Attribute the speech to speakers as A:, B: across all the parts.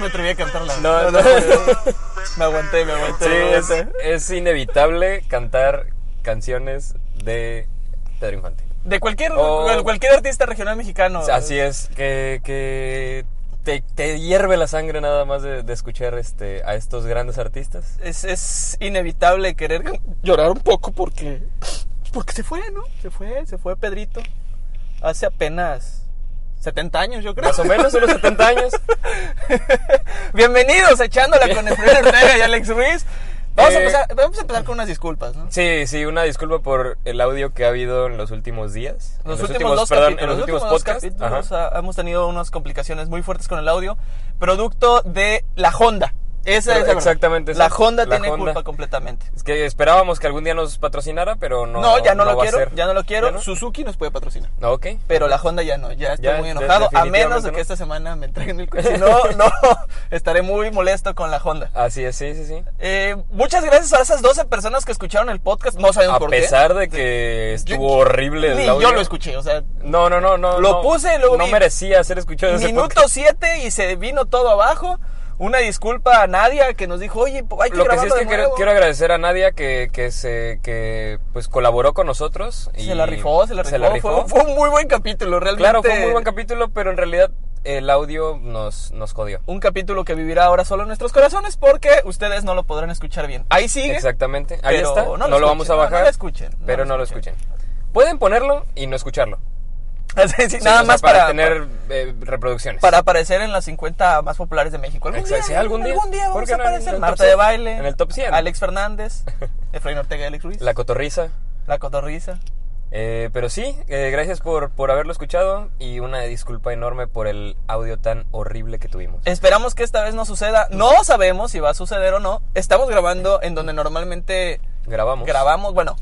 A: me atreví a cantarla.
B: No, no.
A: Me aguanté, me aguanté.
B: Sí,
A: me
B: es,
A: aguanté.
B: es inevitable cantar canciones de Pedro Infante.
A: De cualquier,
B: Oh.
A: cualquier artista regional mexicano.
B: Así es, que, que te, te hierve la sangre nada más de, de escuchar este, a estos grandes artistas.
A: es, es inevitable querer llorar un poco porque porque se fue, ¿no? Se fue, se fue Pedrito hace apenas 70 años, yo creo.
B: Más o menos unos 70 años.
A: Bienvenidos a echándola con Efraín Ortega y Alex Ruiz. Vamos a
B: Eh.
A: empezar, vamos a empezar con unas disculpas, ¿no?
B: Sí, sí, una disculpa por el audio que ha habido en los últimos días.
A: Los,
B: en
A: últimos, dos
B: perdón,
A: capítulos,
B: en los últimos,
A: dos
B: podcasts.
A: capítulos,
B: Ajá.
A: ah, hemos tenido unas complicaciones muy fuertes con el audio, producto de la Honda. Esa
B: Pero
A: es la verdad.
B: exactamente,
A: La
B: esa-
A: Honda
B: la
A: tiene
B: Honda.
A: culpa completamente.
B: Es que esperábamos que algún día nos patrocinara, pero no.
A: No, ya no, lo
B: va a
A: quiero,
B: ser.
A: ya no lo quiero.
B: ¿Ya no?
A: Suzuki nos puede patrocinar.
B: Ah, ok.
A: Pero la Honda ya no, ya estoy
B: Ya,
A: muy
B: de-
A: enojado. A
B: definitivamente
A: menos de que
B: no.
A: esta semana me entreguen el coche. Si no, no, estaré muy molesto con la Honda.
B: Así es, sí, sí, sí.
A: Eh, muchas gracias a esas 12 personas que escucharon el podcast. No sabemos
B: A
A: por
B: pesar de que
A: qué.
B: estuvo horrible el
A: Ni
B: audio.
A: yo lo escuché, o sea,
B: No, no, no, no.
A: Lo
B: no.
A: puse y luego
B: No
A: vi-
B: merecía ser escuchado ese
A: minuto 7 y se vino todo abajo. Una disculpa a Nadia que nos dijo, oye, po- hay que
B: Lo que sí es
A: grabarlo
B: que
A: de
B: quiero,
A: nuevo".
B: quiero agradecer a Nadia que, que se que pues colaboró con nosotros. Y
A: Se la rifó, se la rifó. Fue,
B: rifó.
A: fue un muy buen capítulo, realmente.
B: Claro, fue un muy buen capítulo, pero en realidad el audio nos, nos jodió.
A: Un capítulo que vivirá ahora solo en nuestros corazones porque ustedes no lo podrán escuchar bien. Ahí sigue.
B: Exactamente. Ahí
A: pero
B: está.
A: no lo
B: No,
A: escuchen,
B: lo vamos a
A: no, no
B: bajar.
A: lo escuchen, no
B: pero
A: lo
B: no lo escuchen. Pueden ponerlo y no escucharlo.
A: Así, sí,
B: Sí,
A: nada
B: o sea,
A: más
B: para,
A: para,
B: tener eh, reproducciones.
A: para aparecer en las 50 más populares de México. Algún
B: Exacto,
A: día,
B: sí, algún día. ¿Por
A: vamos
B: qué
A: a
B: no en
A: aparecer.
B: el top
A: Marta de
B: 100?
A: baile.
B: En el top 100.
A: Alex Fernández. Efraín Ortega y Alex Ruiz.
B: la
A: La,
B: cotorriza.
A: cotorriza.
B: Eh, pero sí, eh, gracias por, por haberlo escuchado y una disculpa enorme por el audio tan horrible que tuvimos.
A: Esperamos que esta vez no suceda. No sabemos si va a suceder o no. Estamos grabando en donde normalmente
B: Grabamos.
A: grabamos. Bueno,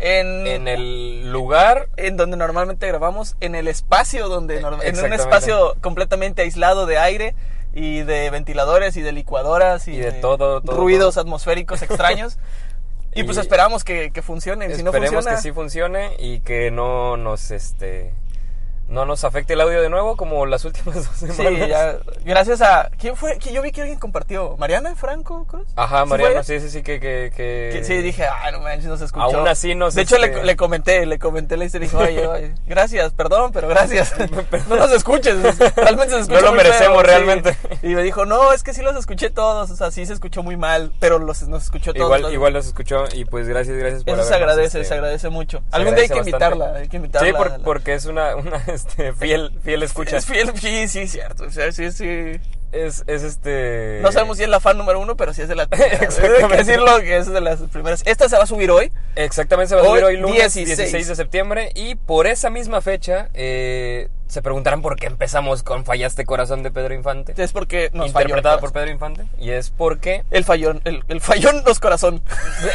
A: en,
B: En el lugar
A: en donde normalmente grabamos, en el espacio donde norm- en un
B: exactamente.
A: espacio completamente aislado de aire y de ventiladores y de licuadoras y,
B: Y de todo, todo,
A: ruidos atmosféricos extraños. y,
B: Y-
A: pues esperamos que, que funcionen. Si no
B: Esperemos
A: funciona,
B: que sí funcione y que no nos este no nos afecte el audio de nuevo como las últimas dos
A: sí,
B: semanas.
A: ya- gracias a quién fue que yo vi que alguien compartió Mariana Franco Cruz.
B: Ajá,
A: ¿Sí
B: Mariano,
A: fue?
B: sí, sí, sí, que... que, que-
A: Que sí, dije, ah, no manches, no se escuchó.
B: Aún así nos,
A: De hecho, le,
B: este-
A: le comenté, le comenté la historia y dije, oye, oye, gracias, perdón, pero gracias. No nos escuches, realmente se escucha
B: No lo
A: muy
B: merecemos,
A: feo, sí.
B: realmente.
A: Y me dijo, no, es que sí los escuché todos, o sea, sí se escuchó muy mal, pero los, nos escuchó todos.
B: Igual,
A: los-
B: igual los escuchó y pues gracias, gracias por
A: Eso se
B: habernos,
A: agradece,
B: este,
A: se agradece mucho.
B: se
A: Algún día hay que
B: agradece
A: invitarla,
B: bastante.
A: hay que invitarla.
B: Sí, por-
A: a la-
B: porque es una, una este, fiel, fiel escucha.
A: Es fiel, sí, sí, cierto, o sea, sí,
B: Eh.
A: sí.
B: Es, es, este...
A: No sabemos si es la fan número uno, pero sí es de la... Exactamente.
B: Exactamente.
A: decirlo que es de las primeras. Esta se va a subir hoy.
B: Exactamente, se va a subir
A: Hoy,
B: hoy lunes
A: 16.
B: 16. de septiembre y por esa misma fecha eh, se preguntarán por qué empezamos con Fallaste Corazón de Pedro Infante.
A: Es porque nos falló el
B: interpretada por
A: corazón.
B: Pedro Infante. Y es porque
A: El fallón, el, el fallón los corazón.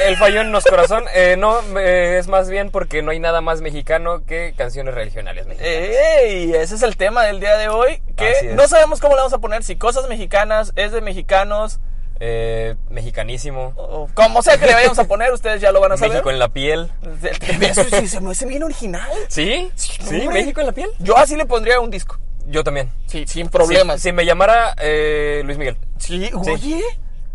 B: el falló en los corazón. eh, no, eh, es más bien porque no hay nada más mexicano que canciones regionales
A: Eh.
B: mexicanas.
A: Ey, ese es el tema del día de hoy.
B: Así
A: Que
B: es.
A: no sabemos cómo le vamos a poner, si cosas mexicanas, es de mexicanos,
B: Eh, mexicanísimo.
A: o como sea que le vayamos a poner, ustedes ya lo van a saber.
B: México en la piel.
A: Eso sí, se me hace bien original.
B: ¿Sí? Sí,
A: hombre.
B: México en la piel.
A: Yo así le pondría un disco.
B: Yo también.
A: Sí, sin problemas.
B: Si, si me llamara eh, Luis Miguel.
A: Sí, oye.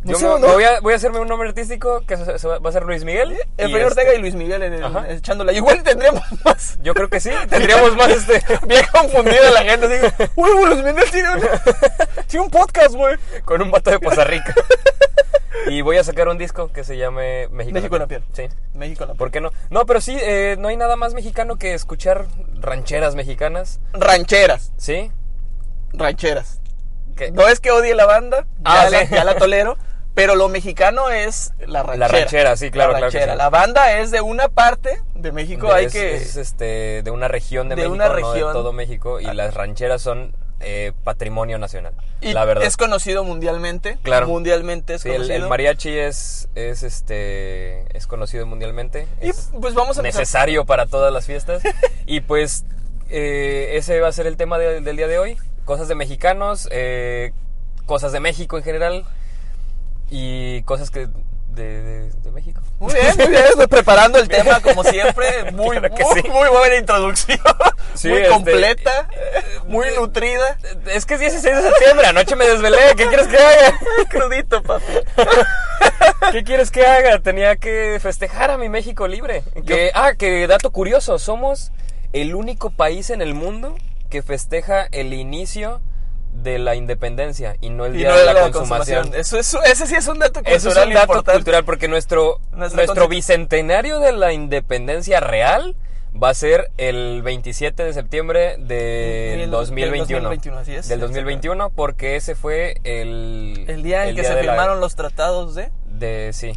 A: no
B: Yo
A: sé,
B: me-
A: ¿no?
B: me voy, a, voy a hacerme un nombre artístico que se- se va va a ser Luis Miguel. y
A: Efraín
B: este-
A: Ortega y Luis Miguel en el-
B: Ajá.
A: echándola. Igual tendríamos más.
B: Yo creo que sí. Tendríamos más este.
A: Bien confundida la gente. Digo, güey, güey, Luis Miguel tiene un, tiene un podcast, güey.
B: con un vato de Poza Rica. y voy a sacar un disco que se llame México,
A: México en la piel.
B: Sí.
A: México en la
B: ¿Por qué no? No, pero sí, eh, no hay nada más mexicano que escuchar rancheras mexicanas,
A: Rancheras.
B: ¿sí?
A: rancheras.
B: Que-
A: No es que odie la banda, ya,
B: Ah,
A: la,
B: sí.
A: ya la tolero, pero lo mexicano es la ranchera.
B: ranchera, sí, claro,
A: La
B: claro que
A: ranchera.
B: sí.
A: La banda es de una parte de México, hay
B: es-
A: que...
B: es, este, de una región de,
A: de
B: México,
A: una
B: no de
A: región.
B: todo México, y las rancheras son eh, patrimonio nacional,
A: y
B: la verdad.
A: es conocido mundialmente.
B: Claro.
A: Mundialmente es
B: Sí, el,
A: conocido.
B: el mariachi es, es, este, es conocido mundialmente.
A: Y
B: es-
A: pues vamos a empezar.
B: necesario para todas las fiestas. Y pues eh, ese va a ser el tema de- del día de hoy. Cosas de mexicanos, eh, cosas de México en general y cosas que de, de- de México.
A: Muy bien, muy bien, preparando el tema como siempre. Muy,
B: Claro que
A: muy,
B: sí.
A: muy buena introducción.
B: Sí,
A: muy
B: este,
A: completa,
B: eh,
A: muy
B: eh,
A: nutrida.
B: Es que es 16 de septiembre, anoche me desvelé. ¿Qué quieres que haga?
A: Crudito, papi.
B: ¿Qué quieres que haga? Tenía que festejar a mi México libre. Que, ah, que dato curioso, somos el único país en el mundo que festeja el inicio de la independencia y no el
A: Y
B: día
A: no
B: de
A: es
B: la,
A: la
B: consumación.
A: consumación. Eso es, ese sí es un dato cultural
B: Eso es un dato
A: importante.
B: cultural porque nuestro,
A: Nuestra
B: nuestro
A: constitu-
B: bicentenario de la independencia real va a ser el 27 de septiembre de
A: Del- del
B: 2021.
A: 2021, así es.
B: Del 2021 porque ese fue el...
A: El día en que se
B: de la-
A: firmaron los tratados de...
B: De, sí,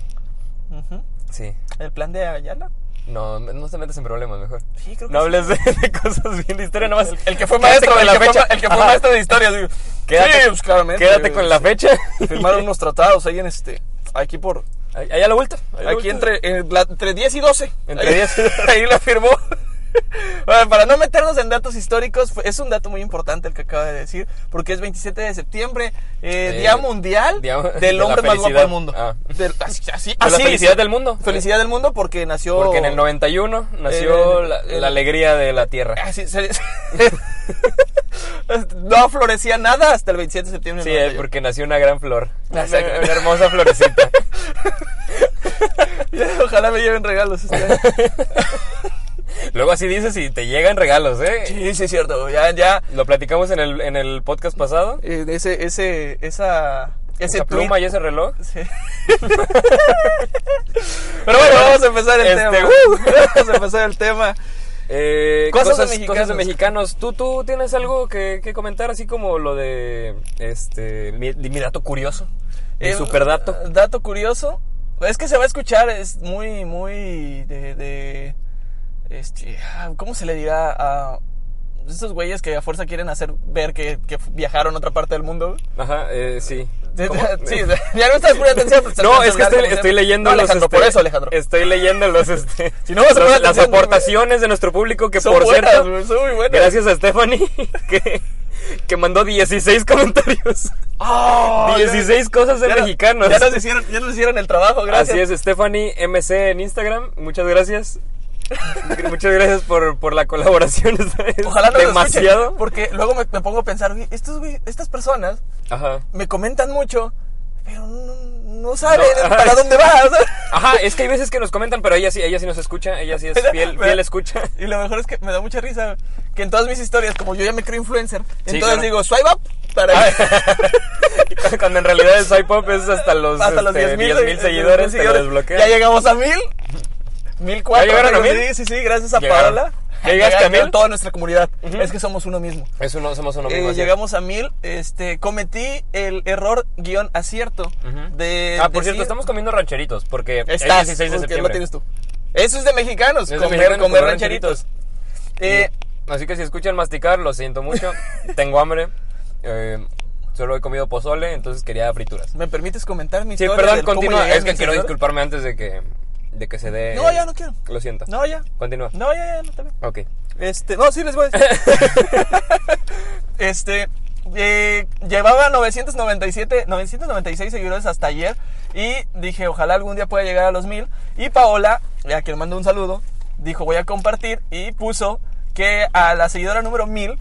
A: Ujú.
B: sí.
A: El plan de Ayala.
B: No, no te metas en problemas, mejor.
A: Sí, creo que
B: No hables de, de cosas bien de historia, nomás.
A: El, el que fue maestro de la fecha. el que fue maestro de historia. Digo,
B: Quédate,
A: sí, pues claramente.
B: Quédate con la
A: Sí.
B: fecha.
A: Firmaron unos tratados ahí en este. Aquí por.
B: Allá la vuelta. ahí a la
A: Aquí
B: vuelta.
A: entre, en la- entre 10 y 12.
B: Entre
A: Ahí-
B: 10 y 12.
A: Ahí la firmó. Bueno, para no meternos en datos históricos, fue- es un dato muy importante el que acaba de decir, porque es 27 de septiembre, eh,
B: Eh,
A: Día Mundial
B: día- de
A: del
B: la
A: hombre más guapo
B: felicidad.
A: del mundo.
B: Ah.
A: Del- así, así,
B: Pues la
A: así
B: felicidad
A: dice.
B: del mundo.
A: Ah, Felicidad del mundo porque nació...
B: Porque en el 91 nació
A: Eh,
B: la,
A: eh, Ah,
B: la alegría de la tierra.
A: Así se- no florecía nada hasta el 27 de septiembre.
B: Sí,
A: del
B: eh,
A: 91.
B: porque nació una gran flor. Una,
A: La saca-
B: una hermosa florecita.
A: Ojalá me lleven regalos. este año.
B: Luego así dices y te llegan regalos, ¿eh?
A: sí, sí, es cierto. Ya, ya,
B: Lo platicamos en el, en el podcast pasado.
A: eh, ese, ese, esa, ese tweet-
B: Esa pluma y ese reloj.
A: Sí. Pero bueno, vamos a empezar el
B: Este,
A: tema.
B: uh.
A: Vamos a empezar el tema.
B: Eh,
A: Cosas
B: cosas,
A: de
B: cosas de
A: mexicanos.
B: mexicanos. ¿Tú, ¿Tú tienes algo que, que comentar? Así como lo de este mi, de mi dato curioso. Mi
A: Eh,
B: superdato.
A: Dato curioso. Es que se va a escuchar, es muy, muy de... de- este, ah, ¿Cómo se le dirá a estos güeyes que a fuerza quieren hacer ver que, que viajaron a otra parte del mundo?
B: Ajá, eh, sí. ¿Cómo?
A: Sí, ya no estás poniendo atención. pues,
B: No,
A: al
B: es
A: celular, como
B: que estoy, estoy
A: siempre.
B: leyendo
A: No,
B: los...
A: Alejandro,
B: este,
A: por eso, Alejandro.
B: Estoy leyendo los... Este,
A: Si no vas a
B: los-
A: poner
B: las
A: atención, güey.
B: aportaciones de nuestro público que,
A: Son
B: por
A: buenas,
B: cierto...
A: güey, son muy buenas.
B: Gracias a Stephanie que, que mandó 16 comentarios.
A: Ah,
B: 16 cosas de
A: ya nos-
B: mexicanos.
A: Ya nos, hicieron, ya nos hicieron el trabajo, gracias.
B: Así es, Stephanie MC en Instagram. Muchas gracias. Muchas gracias por, por la colaboración. esta vez.
A: Ojalá no
B: Demasiado.
A: demasiado. Porque luego me, me pongo a pensar, "Oye, estos, güey- estas personas
B: Ajá.
A: me comentan mucho, pero no, no saben
B: No, ajá.
A: para dónde va. o sea.
B: Ajá, es que hay veces que nos comentan, pero ella sí, ella sí nos escucha, ella sí es fiel,
A: Me da-
B: fiel escucha.
A: Y lo mejor es que me da mucha risa que en todas mis historias, como yo ya me creo influencer, entonces
B: claro. Ah,
A: digo, swipe up para
B: Y cu- Cuando en realidad el swipe up es hasta los,
A: hasta los
B: este,
A: 10 mil
B: 10,000 seguidores, te lo desbloquea.
A: Ya llegamos a mil. Mil cuatro.
B: ¿Ya llegaron a
A: creo que
B: mil?
A: Sí, sí, sí, gracias a
B: Llegaron.
A: Paola.
B: ¿Ya llegaste
A: Llegaron
B: a mil?
A: Toda nuestra comunidad. Es que somos uno mismo.
B: Eso no somos uno
A: Eh,
B: mismo. así.
A: llegamos a mil. Este, cometí el error guión acierto
B: Ujú.
A: de.
B: ah, por
A: decir-
B: cierto, estamos comiendo rancheritos porque
A: eh, Estás,
B: es 16 de
A: porque
B: septiembre.
A: lo tienes tú. Eso es de mexicanos.
B: Es de
A: comer,
B: mexicanos
A: comer
B: comer
A: rancheritos. Eh,
B: Así que si escuchan masticar, lo siento mucho. Tengo hambre. Eh, solo he comido pozole, entonces quería frituras.
A: ¿Me permites comentar mi
B: Sí,
A: historia?
B: perdón,
A: del cómo
B: continúa.
A: llegué a
B: Es que
A: mi
B: quiero
A: seguidor?
B: disculparme antes de que, de que se dé.
A: No, ya no quiero.
B: Lo siento.
A: No, ya.
B: Continúa.
A: No, ya, ya, no te veo.
B: Ok.
A: Este, no, sí les voy a decir. este, eh, llevaba 997, 996 seguidores hasta ayer y dije, ojalá algún día pueda llegar a los mil. Y Paola, a quien mando un saludo, dijo, voy a compartir y puso que a la seguidora número mil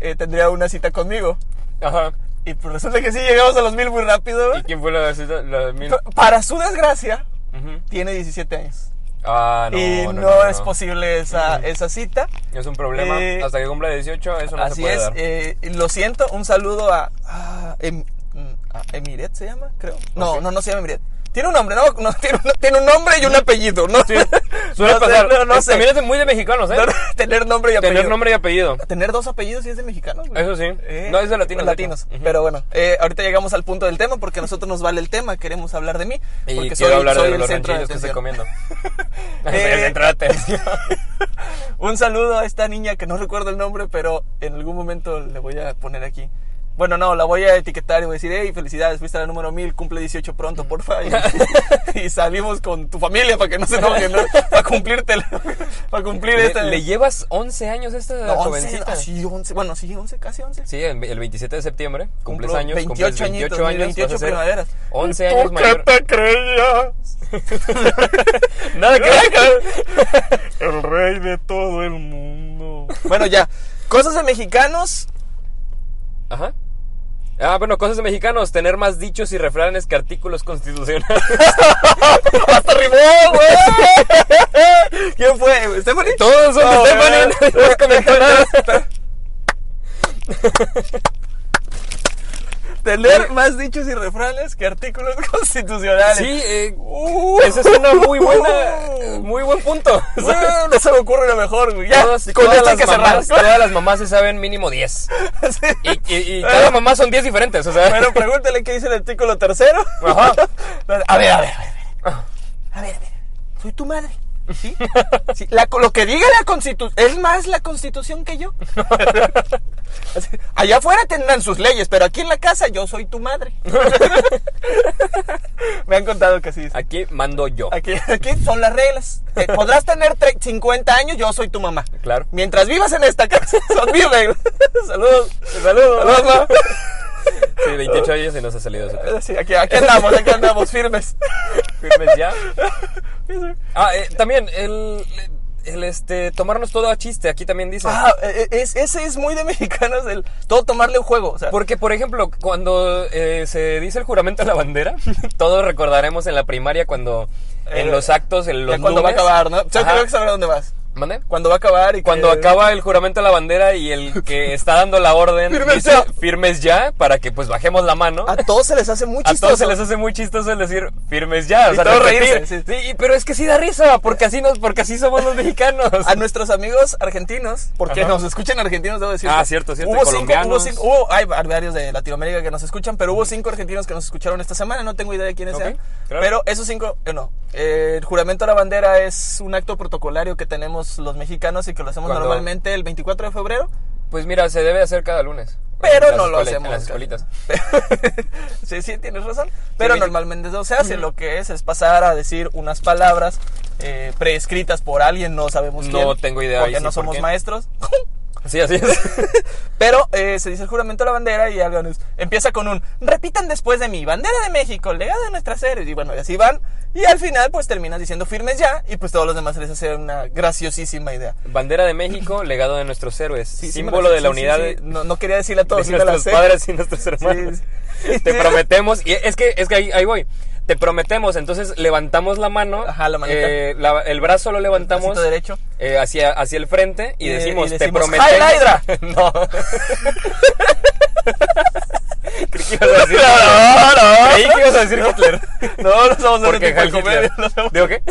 A: eh, tendría una cita conmigo.
B: Ajá.
A: Y pues resulta que sí, llegamos a los mil muy rápido.
B: ¿Y quién fue la cita? La de mil.
A: Pa- Para su desgracia,
B: Ujú.
A: tiene 17 años.
B: Ah, no.
A: y
B: no,
A: Eh, no,
B: no, no. Mm.
A: es posible esa, esa cita.
B: Es un problema.
A: Eh,
B: Hasta que cumpla 18, eso no se
A: Así
B: puede
A: es,
B: dar.
A: eh, lo siento, un saludo a, a, Em- a Emiret se llama, creo. No,
B: Ok.
A: no, no se llama Emiret. Tiene un nombre, no, no tiene, un, tiene un nombre y un apellido, ¿no?
B: Sí,
A: no
B: suele
A: sé,
B: pasar.
A: no, no
B: Es-
A: sé.
B: También es de- muy de mexicanos, ¿eh?
A: No, no, tener nombre y apellido.
B: Tener nombre y apellido.
A: Tener dos apellidos y es de mexicanos. güey. Eh,
B: Eso sí. No, es de latinos, de
A: latinos.
B: hecho. Ujú.
A: Pero bueno, eh, ahorita llegamos al punto del tema porque a nosotros nos vale el tema, queremos hablar de mí.
B: Y
A: porque
B: quiero hablar
A: soy
B: de
A: el
B: los
A: centro
B: ranchillos que estoy
A: atención.
B: comiendo.
A: Eh,
B: el centro de atención.
A: Un saludo a esta niña que no recuerdo el nombre, pero en algún momento le voy a poner aquí. Bueno, no, la voy a etiquetar y voy a decir, hey, felicidades, fuiste la número 1000, cumple 18 pronto, porfa. Y, y salimos con tu familia para que no se enojen, ¿no? Para cumplirte, la- para cumplir
B: Le,
A: esta...
B: le llevas 11 años a esta
A: No, 11,
B: jovencita.
A: ah, sí, 11, bueno, sí, 11, casi 11.
B: Sí, el el 27 de septiembre cumples
A: Cumplo
B: años,
A: 28
B: cumples
A: añitos,
B: 28 años,
A: mis 28
B: vas a ser
A: primaveras.
B: 11 años mayor.
C: te creías
B: Nada que ver.
C: el rey de todo el mundo?
A: Bueno, ya. Cosas de mexicanos.
B: Ajá. Ah, bueno, cosas de mexicanos, tener más dichos y refranes que artículos constitucionales.
A: ¡Hasta rimó, güey! ¿Quién fue? ¿Stephanie?
B: Todos son
A: Oh,
B: de Stephanie,
A: eh.
B: nadie nos comentó nada.
A: Tener más dichos y refranes que artículos constitucionales.
B: Sí, eh,
A: Uh.
B: ese es una muy buena, muy buen punto.
A: Bueno, no se me ocurre lo mejor, güey. Ya,
B: Todas,
A: con
B: todas
A: esto hay
B: las
A: que cerrar.
B: mamás, todas las mamás se saben mínimo 10.
A: Sí.
B: Y, y- y cada mamá son 10 diferentes, o sea.
A: Bueno, pregúntale qué dice el artículo tercero.
B: Ajá. Ah.
A: A ver, a ver, a ver. A ver, a ver. Soy tu madre. ¿Sí? Sí, la- lo que diga la constitución. Es más la constitución que yo. Así, Allá afuera tendrán sus leyes, pero aquí en la casa yo soy tu madre. Me han contado que sí.
B: Aquí mando yo.
A: Aquí, aquí son las reglas. Eh, podrás tener tre- 50 años, yo soy tu mamá.
B: Claro.
A: Mientras vivas en esta casa, son mis reglas. Saludos.
B: Saludos.
A: Saludos, ma.
B: Sí, 28 años se nos ha salido eso.
A: Eh, Sí, aquí, aquí andamos, aquí andamos, firmes.
B: Firmes ya. Ah, eh, también el, el este tomarnos todo a chiste, aquí también dice.
A: Ah, e- e- es, ese es muy de mexicanos, el todo tomarle un juego. O sea,
B: Porque, por ejemplo, cuando eh, se dice el juramento a la bandera, todos recordaremos en la primaria cuando en
A: Eh,
B: los actos, en los
A: ya cuando va a
B: lunes-
A: acabar, Eh. ¿no? Yo
B: Ajá.
A: creo que sabrá dónde vas.
B: ¿Mande?
A: Cuando va a acabar y que-
B: Cuando acaba el juramento a la bandera y el que está dando la orden
A: Firmes
B: dice,
A: ya.
B: firmes ya, para que pues bajemos la mano.
A: A todos se les hace muy
B: A
A: chistoso.
B: todos se les hace muy chistoso el decir firmes ya, o
A: Y
B: sea,
A: todos
B: repetir.
A: reírse, sí.
B: Sí, y- pero es que sí da risa, porque así nos, porque así somos los mexicanos.
A: A nuestros amigos argentinos, porque
B: Ajá.
A: nos escuchan argentinos, debo decir.
B: Ah, cierto, cierto, y
A: Hubo cinco, hubo
B: colombianos.
A: cinco, hubo- hay varios de Latinoamérica que nos escuchan, pero hubo cinco argentinos que nos escucharon esta semana, no tengo idea de quiénes
B: Ok,
A: sean.
B: claro.
A: Pero esos cinco, eh, no. Eh, el juramento a la bandera es un acto protocolario que tenemos los mexicanos y que lo hacemos
B: Cuando-
A: normalmente el 24 de febrero.
B: Pues mira, se debe hacer cada lunes.
A: Pero
B: En las
A: no lo
B: escuelas-
A: hacemos.
B: En las escuelitas.
A: sí, sí, tienes razón. Pero
B: Sí.
A: normalmente eso se hace. Lo que es es pasar a decir unas palabras eh, preescritas por alguien, no sabemos
B: No
A: quién.
B: tengo idea
A: Porque
B: ahí sí,
A: no
B: ¿por
A: somos
B: qué?
A: maestros.
B: Sí, así es.
A: Pero eh, se dice el juramento a la bandera y algo es- empieza con un repitan después de mí, bandera de México, legado de nuestra serie. Y bueno, y así van. Y al final, pues terminas diciendo firmes ya. Y pues todos los demás les hace una graciosísima idea.
B: Bandera de México, legado de nuestros héroes,
A: Sí, sí me
B: símbolo
A: sé,
B: de la
A: sí, sí,
B: unidad
A: sí.
B: de-
A: No, no quería decirla a todos. sí
B: de
A: me la
B: nuestros
A: sé.
B: padres y nuestros hermanos.
A: sí.
B: Te prometemos, y es que, es que ahí, ahí voy. Te prometemos, entonces levantamos la mano,
A: Ajá, la manita.
B: eh, la- el brazo lo levantamos
A: Bracito derecho.
B: eh, hacia, hacia el frente y,
A: eh, Y-
B: decimos,
A: y
B: te
A: decimos,
B: prometemos.
A: "¡Jaime Hydra!"
B: no. Creí que ibas a decir,
A: no, no.
B: creí que ibas a decir Hitler.
A: No, no somos de ese
B: Porque
A: tipo de
B: Heil Hitler.
A: comedia. no somos-
B: ¿Digo qué?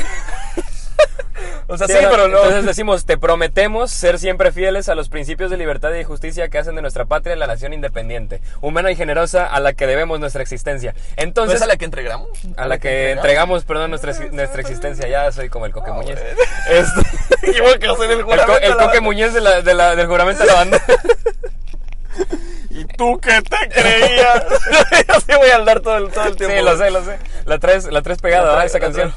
A: o sea, sí,
B: Sí, no,
A: pero no.
B: Entonces decimos, te prometemos ser siempre fieles a los principios de libertad y justicia que hacen de nuestra patria la nación independiente, humana y generosa a la que debemos nuestra existencia.
A: ¿No
B: Entonces,
A: es Pues a la que entregamos?
B: a la que entregamos, perdón, nuestra, ex- nuestra existencia. Ya soy como el Coque
A: Ah,
B: Muñez. Este,
A: Y bueno, que hacer el
B: el,
A: juramento
B: co- el
A: a la
B: Coque
A: banda.
B: Muñez de la- de la- del juramento a la banda.
A: ¿Y tú qué te creías? Yo sí voy a andar todo el, todo el tiempo.
B: Sí, lo sé, lo sé. La traes, la traes
A: La
B: pegada, ¿verdad?
A: traes,
B: Esa
A: la
B: canción.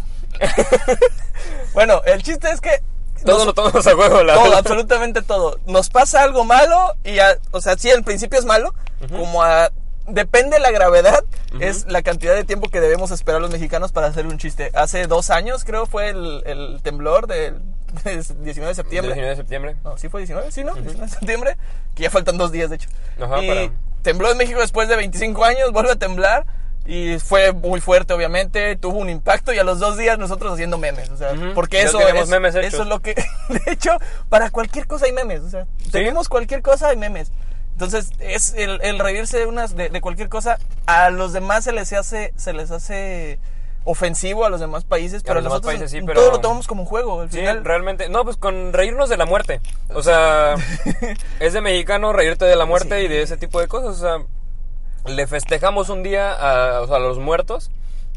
A: Bueno, el chiste es que...
B: Todo
A: nos-
B: lo tomamos a juego, la
A: todo,
B: verdad.
A: absolutamente todo. Nos pasa algo malo y, a- o sea, sí, al principio es malo, como a... Depende la gravedad, es la cantidad de tiempo que debemos esperar los mexicanos para hacer un chiste. Hace dos años, creo, fue el, el temblor del 19 de septiembre.
B: 19 de septiembre.
A: No, sí fue 19, sí, ¿no? 19 de septiembre, que ya faltan dos días, de hecho.
B: Ajá,
A: y
B: para-
A: tembló en México después de 25 años, vuelve a temblar. Y fue muy fuerte, obviamente, tuvo un impacto y a los dos días nosotros haciendo memes, o sea,
B: Ujú,
A: porque
B: ya
A: eso
B: tenemos
A: es,
B: memes hechos.
A: eso es lo que, de hecho, para cualquier cosa hay memes, o sea, tenemos cualquier cosa hay memes. Entonces, es el, el reírse de, unas, de, de cualquier cosa, a los demás se les hace, se les hace ofensivo a los demás países, pero
B: los demás
A: nosotros
B: países sí,
A: en
B: pero-
A: todo lo tomamos como un juego, al
B: Sí,
A: final
B: realmente. No, pues con reírnos de la muerte. O sea, es de mexicano reírte de la muerte y de ese tipo de cosas. O sea, le festejamos un día a, o sea, a los muertos,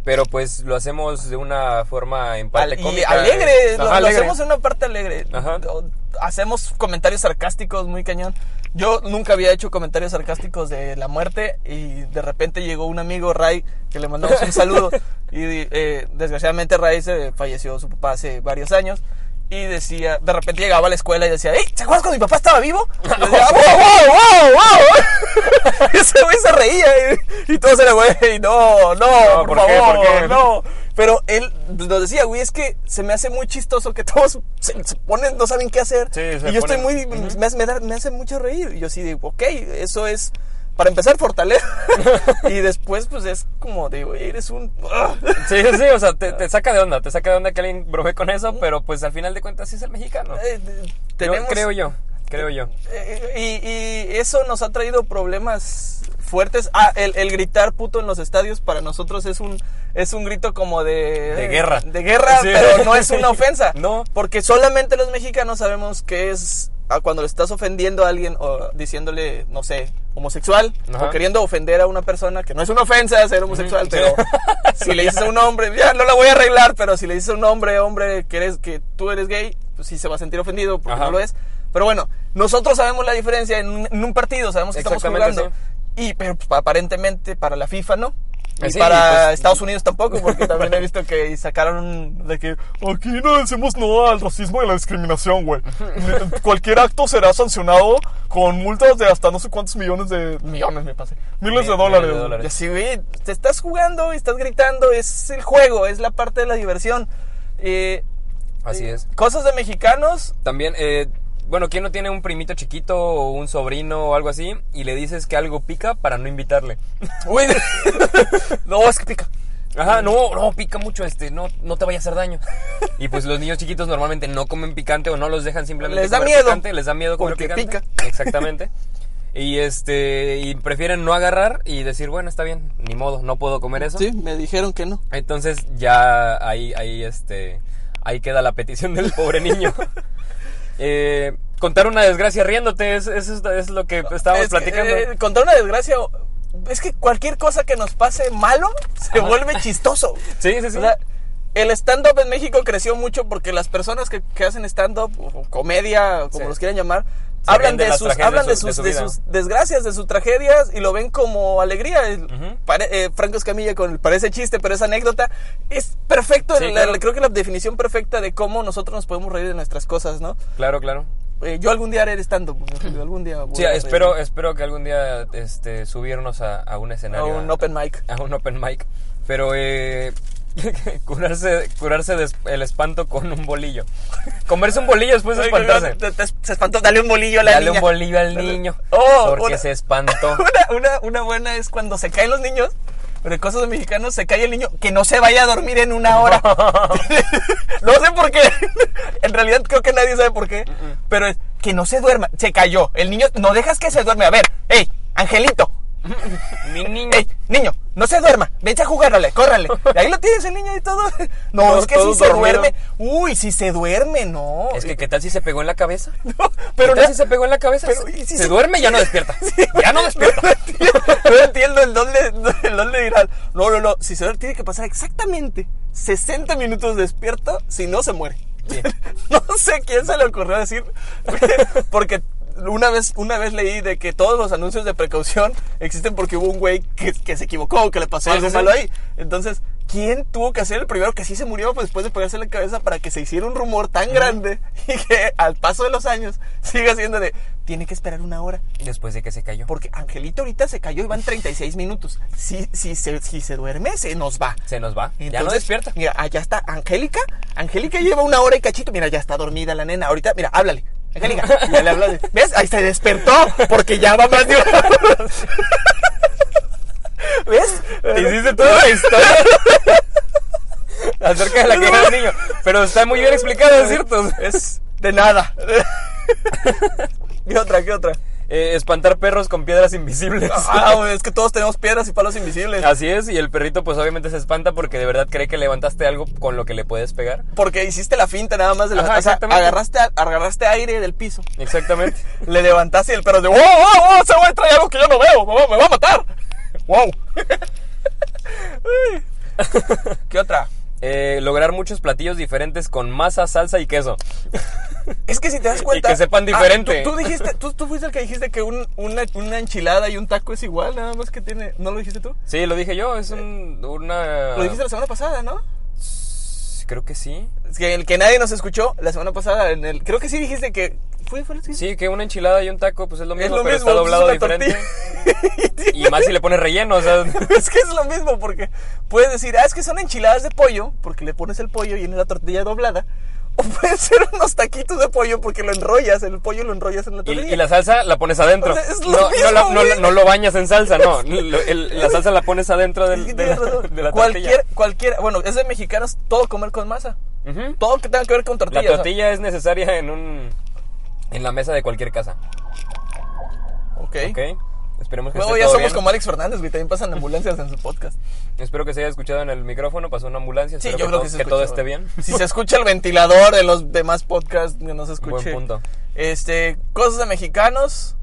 B: pero pues lo hacemos de una forma en parte
A: Al- y
B: cómica.
A: alegre,
B: Eh,
A: lo,
B: ajá,
A: lo
B: alegre.
A: hacemos en una parte alegre.
B: Ajá.
A: O- Hacemos comentarios sarcásticos muy cañón. Yo nunca había hecho comentarios sarcásticos de la muerte y de repente llegó un amigo, Ray, que le mandamos un saludo. y eh, desgraciadamente Ray se falleció su papá hace varios años. Y decía, de repente llegaba a la escuela y decía, ¡Ey! ¿Se acuerdas cuando mi papá estaba vivo? Y yo decía, "Ah, wow, wow, wow, wow". Y ese güey se reía y, y todos se le güey, no, no,
B: No,
A: por,
B: ¿por qué?
A: favor,
B: ¿Por qué?
A: no. Pero él nos decía, güey, es que se me hace muy chistoso que todos se, se ponen, no saben qué hacer.
C: Sí, se
A: y yo
C: ponen-
A: estoy muy, me, hace, me da- me hace mucho reír. Y yo sí digo, ok, eso es, para empezar, fortaleza. y después, pues es como, digo, eres un...
B: Sí, sí, o sea, te, te saca de onda, te saca de onda que alguien brome con eso, pero pues al final de cuentas sí es el mexicano.
A: Eh,
B: Yo,
A: tenemos-
B: creo yo, creo yo.
A: Eh, Y, y eso nos ha traído problemas fuertes. Ah, el, el gritar puto en los estadios para nosotros es un es un grito como de
B: De guerra.
A: de guerra,
B: Sí.
A: pero no es una ofensa.
B: No.
A: porque solamente los mexicanos sabemos que es a cuando le estás ofendiendo a alguien o diciéndole, no sé, homosexual
B: Ajá.
A: o queriendo ofender a una persona, que no es una ofensa ser homosexual,
B: Ujú, sí.
A: pero si le dices a un hombre, ya no la voy a arreglar, pero si le dices a un hombre, hombre, que eres que tú eres gay, pues sí se va a sentir ofendido porque
B: Ajá.
A: no lo es. Pero bueno, nosotros sabemos la diferencia en un, en un partido, sabemos que estamos
B: Exactamente,
A: jugando. Y pero pues, aparentemente para la FIFA no. Y
B: Eh, sí,
A: para
B: pues,
A: Estados Unidos tampoco, porque también he visto que sacaron un- de que aquí no decimos no al racismo y a la discriminación, güey. Ni- Cualquier acto será sancionado con multas de hasta no sé cuántos millones de millones me pasé. Miles de
B: Mi-
A: dólares.
B: miles de dólares.
A: Y así, güey, te estás jugando y estás gritando, es el juego, es la parte de la diversión. Eh,
B: Así es.
A: Cosas de mexicanos,
B: También, eh, bueno, ¿quién no tiene un primito chiquito o un sobrino o algo así y le dices que algo pica para no invitarle?
A: Uy, no, es que pica.
B: Ajá, no, no, pica mucho este, no, no te vaya a hacer daño. Y pues los niños chiquitos normalmente no comen picante o no los dejan simplemente
A: Les da
B: comer
A: miedo,
B: picante, les da miedo comer
A: porque
B: picante. Exactamente. Y este, y prefieren no agarrar y decir, bueno, está bien, ni modo, no puedo comer eso.
A: Sí, me dijeron que no.
B: Entonces ya ahí, ahí, este, ahí queda la petición del pobre niño. Eh, contar una desgracia riéndote, es- eso es, es lo que estábamos
A: Es que,
B: platicando.
A: eh, contar una desgracia, es que cualquier cosa que nos pase malo se vuelve chistoso.
B: sí, sí, sí.
A: O sea, el stand-up en México creció mucho porque las personas que, que hacen stand-up, o comedia, o como
B: Sí.
A: los quieran llamar,
B: Se
A: hablan
B: ríen de
A: de,
B: las
A: sus,
B: tragedias
A: hablan
B: de
A: de
B: su-
A: sus,
B: de
A: de
B: su vida.
A: sus desgracias, de sus tragedias y lo ven como alegría. El-
B: Ujú.
A: pare- eh, Franco Escamilla con el parece chiste, pero es anécdota. Es perfecto,
B: Sí,
A: la-
B: claro.
A: la- creo que la definición perfecta de cómo nosotros nos podemos reír de nuestras cosas, ¿no?
B: claro, claro.
A: Eh, yo algún día haré stand-up, yo algún día. voy
B: Sí,
A: a
B: espero,
A: reír
B: espero que algún día este, subirnos a, a un
A: a
B: escenario.
A: un open mic.
B: a un open mic. Pero eh, curarse, curarse de esp- el espanto con un bolillo. Comerse un bolillo después de Pues espantarse.
A: Te- te- se espantó, dale un bolillo a la
B: Dale un
A: niña.
B: bolillo al
A: Dale-
B: niño.
A: Oh,
B: porque
A: una-
B: se espantó.
A: Una, una, una buena es cuando se caen los niños, pero en cosas de mexicanos se cae el niño, que no se vaya a dormir en una hora. no sé por qué. en realidad creo que nadie sabe por qué. Pero es que no se duerma. Se cayó. El niño, no dejas que se duerme. A ver, hey, Angelito.
B: Mi niño.
A: Ey, niño, no se duerma, vete a jugar, órale, córrale. Y ahí lo tienes el niño y todo. No,
B: Todo-
A: es que si
B: todo
A: se
B: dormido.
A: duerme. Uy, si se duerme, no.
B: Es que, ¿qué tal si se pegó en la cabeza?
A: No, eh, pero
B: ¿Qué tal
A: no-
B: si se pegó en la cabeza?
A: pero,
B: se
A: ¿y si
B: se
A: se-
B: duerme y ya no despierta. ya no despierta.
A: No entiendo, no entiendo el dónde, el dónde dirán. No, no, no. Si se tiene que pasar exactamente 60 minutos despierto, si no se muere.
B: Sí.
A: No sé quién se le ocurrió decir, porque una vez, una vez leí de que todos los anuncios de precaución existen porque hubo un güey que, que se equivocó, que le pasó
B: Ah,
A: algo
B: sí, sí.
A: malo ahí. Entonces, ¿quién tuvo que hacer el primero que sí se murió pues, después de pegarse en la cabeza para que se hiciera un rumor tan grande y que al paso de los años siga siendo de, tiene que esperar una hora?
B: Después de que se cayó.
A: Porque Angelito ahorita se cayó y van 36 minutos. Si, si, se, si se duerme, se nos va.
B: Se nos va. ya no
A: Entonces,
B: despierta.
A: Mira, allá está Angélica. Angélica lleva una hora y cachito. Mira, ya está dormida la nena. Ahorita, mira, háblale. Angélica, ya le hablas. ¿Ves? Ahí se despertó porque ya va más de una hora. ¿Ves?
B: Te hiciste toda la historia. Acerca de la caída del niño. Pero está muy bien explicado, es cierto.
A: Es de nada. ¿Qué otra? ¿Qué otra?
B: Eh, espantar perros con piedras invisibles.
A: Ah, güey, es que todos tenemos piedras y palos invisibles.
B: Así es, y el perrito pues obviamente se espanta porque de verdad cree que levantaste algo con lo que le puedes pegar.
A: Porque hiciste la finta nada más de la
B: Ajá,
A: o sea,
B: exactamente.
A: agarraste, agarraste aire del piso.
B: Exactamente.
A: Le levantaste y el perro de "Oh, ¡Wow, wow, wow! Se va a traer algo que yo no veo, me va, me va a matar. ¡Wow! Ay. ¿Qué otra?
B: Eh, lograr muchos platillos diferentes con masa, salsa y queso.
A: Es que si te das cuenta.
B: que sepan diferente.
A: Ah, tú, tú dijiste, tú, tú fuiste el que dijiste que un- una, una enchilada y un taco es igual, nada más que tiene. ¿No lo dijiste tú?
B: Sí, lo dije yo, es un, una...
A: Lo dijiste la semana pasada, ¿no?
B: Pues, creo que sí.
A: Es que el que nadie nos escuchó la semana pasada en el. Creo que sí dijiste que. ¿Fue, fue lo que
B: Sí, que una enchilada y un taco, pues es lo mismo,
A: lo
B: pero
A: mismo,
B: está doblado
A: es una
B: diferente. y más si le pones relleno, o sea.
A: es que es lo mismo, porque puedes decir, ah, es que son enchiladas de pollo, porque le pones el pollo y en la tortilla doblada. O pueden ser unos taquitos de pollo porque lo enrollas, el pollo lo enrollas en la
B: Y,
A: tortilla.
B: y la salsa la pones adentro.
A: O sea, es lo
B: no,
A: mismo,
B: no, la- no, la-
A: güey.
B: no lo bañas en salsa, no. Lo- el- la salsa la pones adentro del-
A: Es que
B: de, la,
A: tienes razón.
B: de la
A: cualquier, cualquier, bueno, es de mexicanos todo comer con masa.
B: tortilla. Ujú.
A: Todo que tenga que ver con tortilla.
B: La
A: o sea.
B: tortilla es necesaria en un en la mesa de cualquier casa.
A: Ok.
B: Ok. Esperemos que
A: Luego
B: esté
A: ya
B: todo
A: somos
B: bien.
A: como Alex Fernández, güey. También pasan ambulancias en su podcast.
B: Espero que se haya escuchado en el micrófono. Pasó una ambulancia.
A: Sí,
B: espero
A: yo creo
B: todo-
A: que, se
B: todo
A: escucha,
B: esté
A: güey.
B: bien.
A: Si se escucha el ventilador de los demás podcasts, que no se escuche.
B: Buen punto.
A: Este, cosas de mexicanos.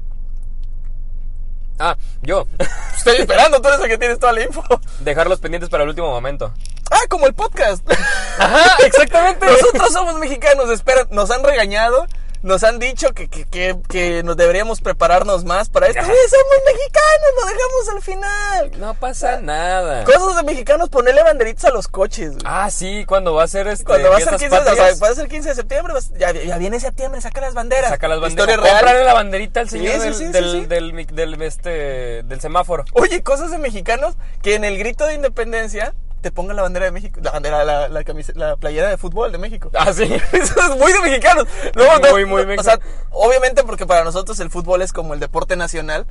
B: Ah, yo.
A: Estoy esperando, tú eres el que tienes toda la info.
B: Dejar los pendientes para el último momento.
A: Ah, como el podcast.
B: Ajá, exactamente.
A: Nosotros somos mexicanos, espera, nos han regañado, nos han dicho que, que, que, que nos deberíamos prepararnos más para esto.
B: Ajá.
A: Sí, somos mexicanos, lo dejamos al final.
B: No pasa nada.
A: Cosas de mexicanos, ponerle banderitas a los coches. güey.
B: Ah, sí, cuando va a ser este.
A: Cuando va a, ser
B: fiestas
A: 15, de- o sea,
B: patrias,
A: va a ser 15 de septiembre, vas- ya, ya viene septiembre, saca las banderas.
B: Saca las
A: Historia
B: banderas.
A: real.
B: Comprarle la banderita al
A: Sí,
B: señor
A: sí,
B: del,
A: sí, sí,
B: del,
A: sí.
B: del mi- del, este, del semáforo.
A: Oye, cosas de mexicanos que en el grito de independencia te pongan la bandera de México, la bandera, la, la, camise- la playera de fútbol de México.
B: Ah, sí.
A: Eso es muy de mexicanos. Luego,
B: Muy, muy
A: no, O sea,
B: mexicano.
A: obviamente porque para nosotros el fútbol es como el deporte nacional,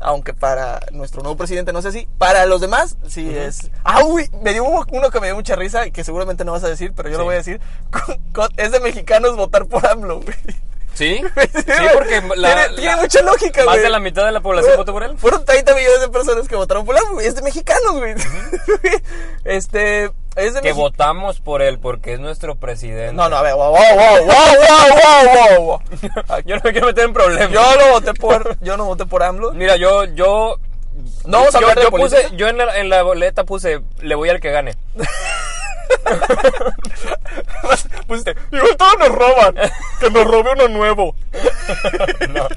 A: aunque para nuestro nuevo presidente no sé si, para los demás sí es... Ah, uy, me dio uno- uno que me dio mucha risa y que seguramente no vas a decir, pero yo lo
B: Sí.
A: voy a decir. Con- con- es de mexicanos votar por AMLO, güey.
B: Sí, sí, porque la,
A: tiene, tiene
B: la-
A: mucha lógica,
B: más
A: güey.
B: de la mitad de la población votó por él.
A: Fueron 30 millones de personas que votaron por él, güey. Es de mexicanos, güey. este. Es de
B: Que
A: mexi-
B: votamos por él porque es nuestro presidente.
A: No, no, a ver. Wow, wow, wow, wow, wow, wow, wow.
B: Yo no me quiero meter en problemas.
A: Yo no voté por. Yo no voté por AMLO.
B: Mira, yo, yo.
A: No vamos a
B: yo,
A: hablar de
B: yo puse,
A: política.
B: yo en la, en la boleta puse, le voy al que gane.
A: Pusiste. Igual todos nos roban. Que nos robe uno nuevo.
B: No.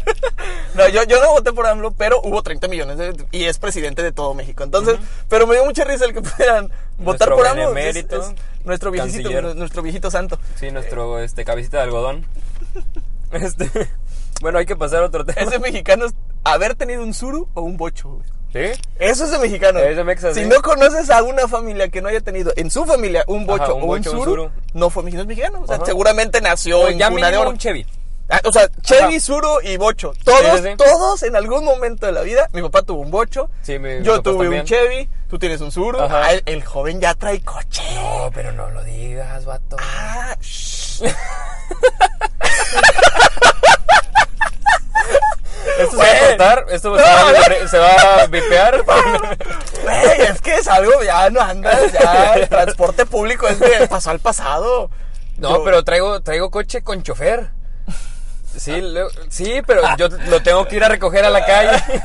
A: No, yo, yo no voté por AMLO, pero hubo 30 millones de- y es presidente de todo México. Entonces, pero me dio mucha risa el que pudieran votar
B: Nuestro
A: por AMLO. Es-
B: benemérito,
A: es nuestro viejito,
B: canciller.
A: nuestro viejito santo.
B: Sí, nuestro este, cabecita de algodón. Este. Bueno, hay que pasar a otro
A: Es
B: tema.
A: de mexicanos haber tenido un suru o un bocho, güey.
B: ¿Sí?
A: Eso es de mexicano.
B: Es de mexa,
A: si
B: sí.
A: no conoces a una familia que no haya tenido en su familia un bocho
B: Ajá, un
A: o
B: bocho,
A: un
B: un
A: suru,
B: suru.
A: no fue mexicano, es mexicano. O sea,
B: Ajá.
A: seguramente nació
B: O
A: en
B: ya
A: cuna de
B: mínimo
A: oro.
B: un Chevy.
A: Ah, o sea, Chevy,
B: Ajá.
A: suru y bocho. Todos,
B: sí, sí.
A: todos en algún momento de la vida. Mi papá tuvo un bocho.
B: Sí, mi- mis
A: yo
B: papás
A: tuve un
B: también.
A: Chevy. Tú tienes un suru.
B: Ajá.
A: Ah, el, el joven ya trae coche.
B: No, pero no lo digas, vato.
A: Ah, shh.
B: Esto se va a
A: Güey.
B: cortar, esto se va a- se va a vipear.
A: Güey, es que es algo, ya no andas, ya el transporte público es de pasó al pasado.
B: No,
A: Yo-
B: pero traigo, traigo coche con chofer. Sí, lo- sí, pero yo lo tengo que ir a recoger a la calle.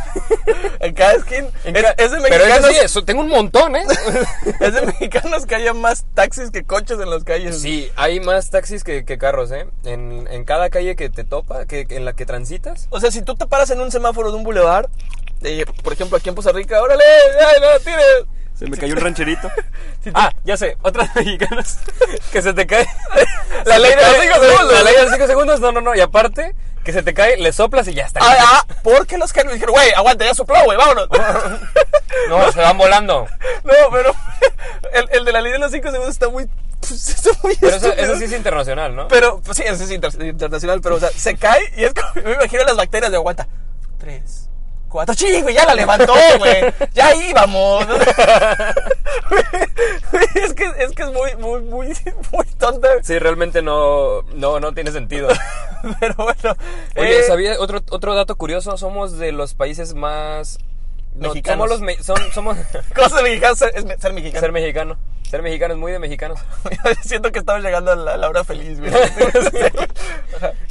A: En cada esquina.
B: En
A: es,
B: ca-
A: es de
B: pero eso
A: mexicanos.
B: sí, eso, tengo un montón, ¿eh?
A: Es de mexicanos que haya más taxis que coches en las calles.
B: Sí, hay más taxis que, que carros, ¿eh? En, en cada calle que te topa, que, que en la que transitas.
A: O sea, si tú te paras en un semáforo de un bulevar, eh, por ejemplo aquí en Poza Rica, órale, ay, no, tires.
B: Se me cayó un rancherito. Ah, ya sé, otras mexicanas que se te cae.
A: La
B: Se
A: ley
B: te
A: de los
B: cae-
A: cinco segundos.
B: La ley de los 5 segundos, no, no, no. Y aparte, que se te cae, le soplas y ya está.
A: Ah, ah, porque los carros dijeron, güey, aguanta, ya sopló, güey, vámonos.
B: no, se van volando.
A: no, pero el, el de la ley de los 5 segundos está muy. pues, Está muy
B: Pero eso,
A: estúpido.
B: eso sí es internacional, ¿no?
A: Pero, pues sí, eso es inter- internacional, pero, o sea, se cae y es como, me imagino las bacterias de aguanta. Tres, cuatro, sí, güey, ya la levantó, güey, ya íbamos. es que es, que es muy, muy, muy, muy tonta,
B: Sí, realmente no, no, no tiene sentido.
A: pero bueno.
B: Oye,
A: eh,
B: ¿sabía otro, otro dato curioso? Somos de los países más... no,
A: Mexicanos.
B: Somos los... me- son- somos...
A: Cosa de mexicano, ser, es me- ser mexicano.
B: ser mexicano. Ser mexicano es muy de mexicanos.
A: Siento que estamos llegando a la, la hora feliz, güey. Este,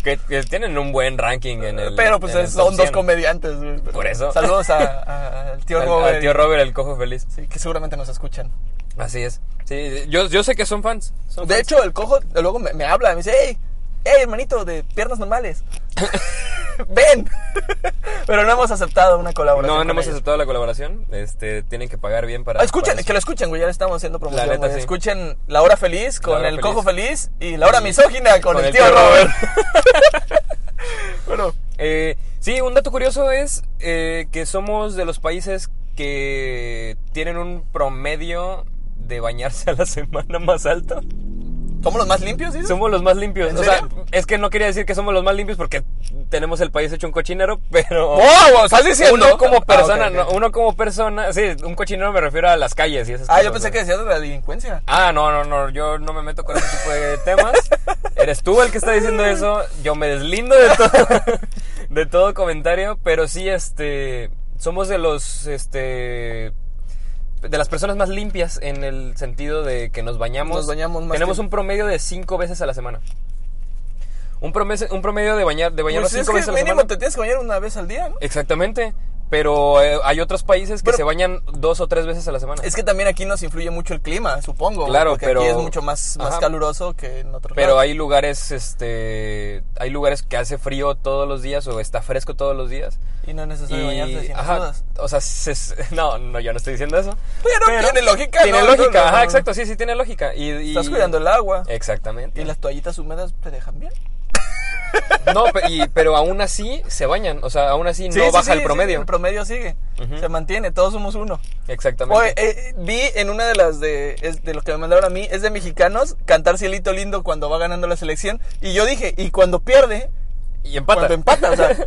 B: que, que tienen un buen ranking en el...
A: Pero, pues,
B: en el
A: es-
B: top
A: son dos
B: 100.
A: comediantes, güey.
B: Por eso.
A: Saludos a- a- al tío
B: Al-
A: Robert.
B: al tío Robert, el cojo feliz.
A: Sí, que seguramente nos escuchan.
B: Así es. Sí, yo, yo sé que son fans. Son
A: De
B: fans.
A: hecho, el cojo luego me, me habla, me dice, hey, hey, hermanito, de piernas normales. ven. Pero no hemos aceptado una colaboración.
B: No,
A: con
B: no hemos
A: ellos.
B: aceptado la colaboración. Este, tienen que pagar bien para.
A: Ah, escuchen,
B: para eso.
A: que lo escuchen, güey. Ya le estamos haciendo promoción.
B: La neta,
A: güey.
B: sí.
A: Escuchen La Hora Feliz con
B: Hora
A: El
B: Feliz.
A: Cojo Feliz y La Hora Misógina con, el, tío, Robert. bueno,
B: Eh, sí, un dato curioso es eh, que somos de los países que tienen un promedio de bañarse a la semana más alto.
A: ¿somos los más limpios, dices?
B: Somos los más limpios.
A: ¿En
B: O sea,
A: serio?
B: es que no quería decir que somos los más limpios porque tenemos el país hecho un cochinero, pero
A: ¡Wow! ¿Estás
B: uno como persona,
A: Ah, ok, ok.
B: no, uno como persona, sí, un cochinero me refiero a las calles y esas
A: Ah,
B: cosas,
A: yo pensé
B: ¿no?
A: que decías de la delincuencia.
B: Ah, no, no, no, yo no me meto con ese tipo de temas. Eres tú el que está diciendo eso. Yo me deslindo de todo, de todo comentario, pero sí, este, somos de los, este, de las personas más limpias en el sentido de que nos bañamos.
A: Nos bañamos más
B: Tenemos
A: que-
B: un promedio de cinco veces a la semana. Un, promes- un promedio de bañar, de bañarnos
A: Pues es
B: cinco
A: que
B: veces a la
A: mínimo
B: semana.
A: te tienes que bañar una vez al día, ¿no?
B: Exactamente. Pero eh, hay otros países que
A: Pero-
B: se bañan dos o tres veces a la semana.
A: Es que también aquí nos influye mucho el clima, supongo. güey,
B: Claro,
A: porque
B: pero-
A: aquí es mucho más, más
B: Ajá.
A: caluroso que en otros
B: Pero
A: lados.
B: hay lugares, este, hay lugares que hace frío todos los días o está fresco todos los días.
A: Y no es necesario bañarse
B: Y,
A: sin
B: ajá,
A: dudas.
B: o sea, se- no, no, yo no estoy diciendo eso.
A: Pero tiene lógica,
B: Tiene
A: ¿no?
B: lógica,
A: No, no,
B: ajá,
A: no.
B: exacto, sí, sí tiene lógica. Y, y-
A: Estás cuidando el agua.
B: Exactamente.
A: Y las toallitas húmedas te dejan bien.
B: No, pe- y- pero aún así se bañan, o sea, aún así
A: Sí,
B: no
A: sí,
B: baja
A: sí,
B: el promedio.
A: sí, el promedio sigue.
B: Ujú.
A: Se mantiene, todos somos uno.
B: Exactamente.
A: Oye, eh, vi en una de las de, es de lo que me mandaron a mí, es de mexicanos, cantar Cielito Lindo cuando va ganando la selección. Y yo dije, y cuando pierde,
B: y empata.
A: cuando empata, o sea,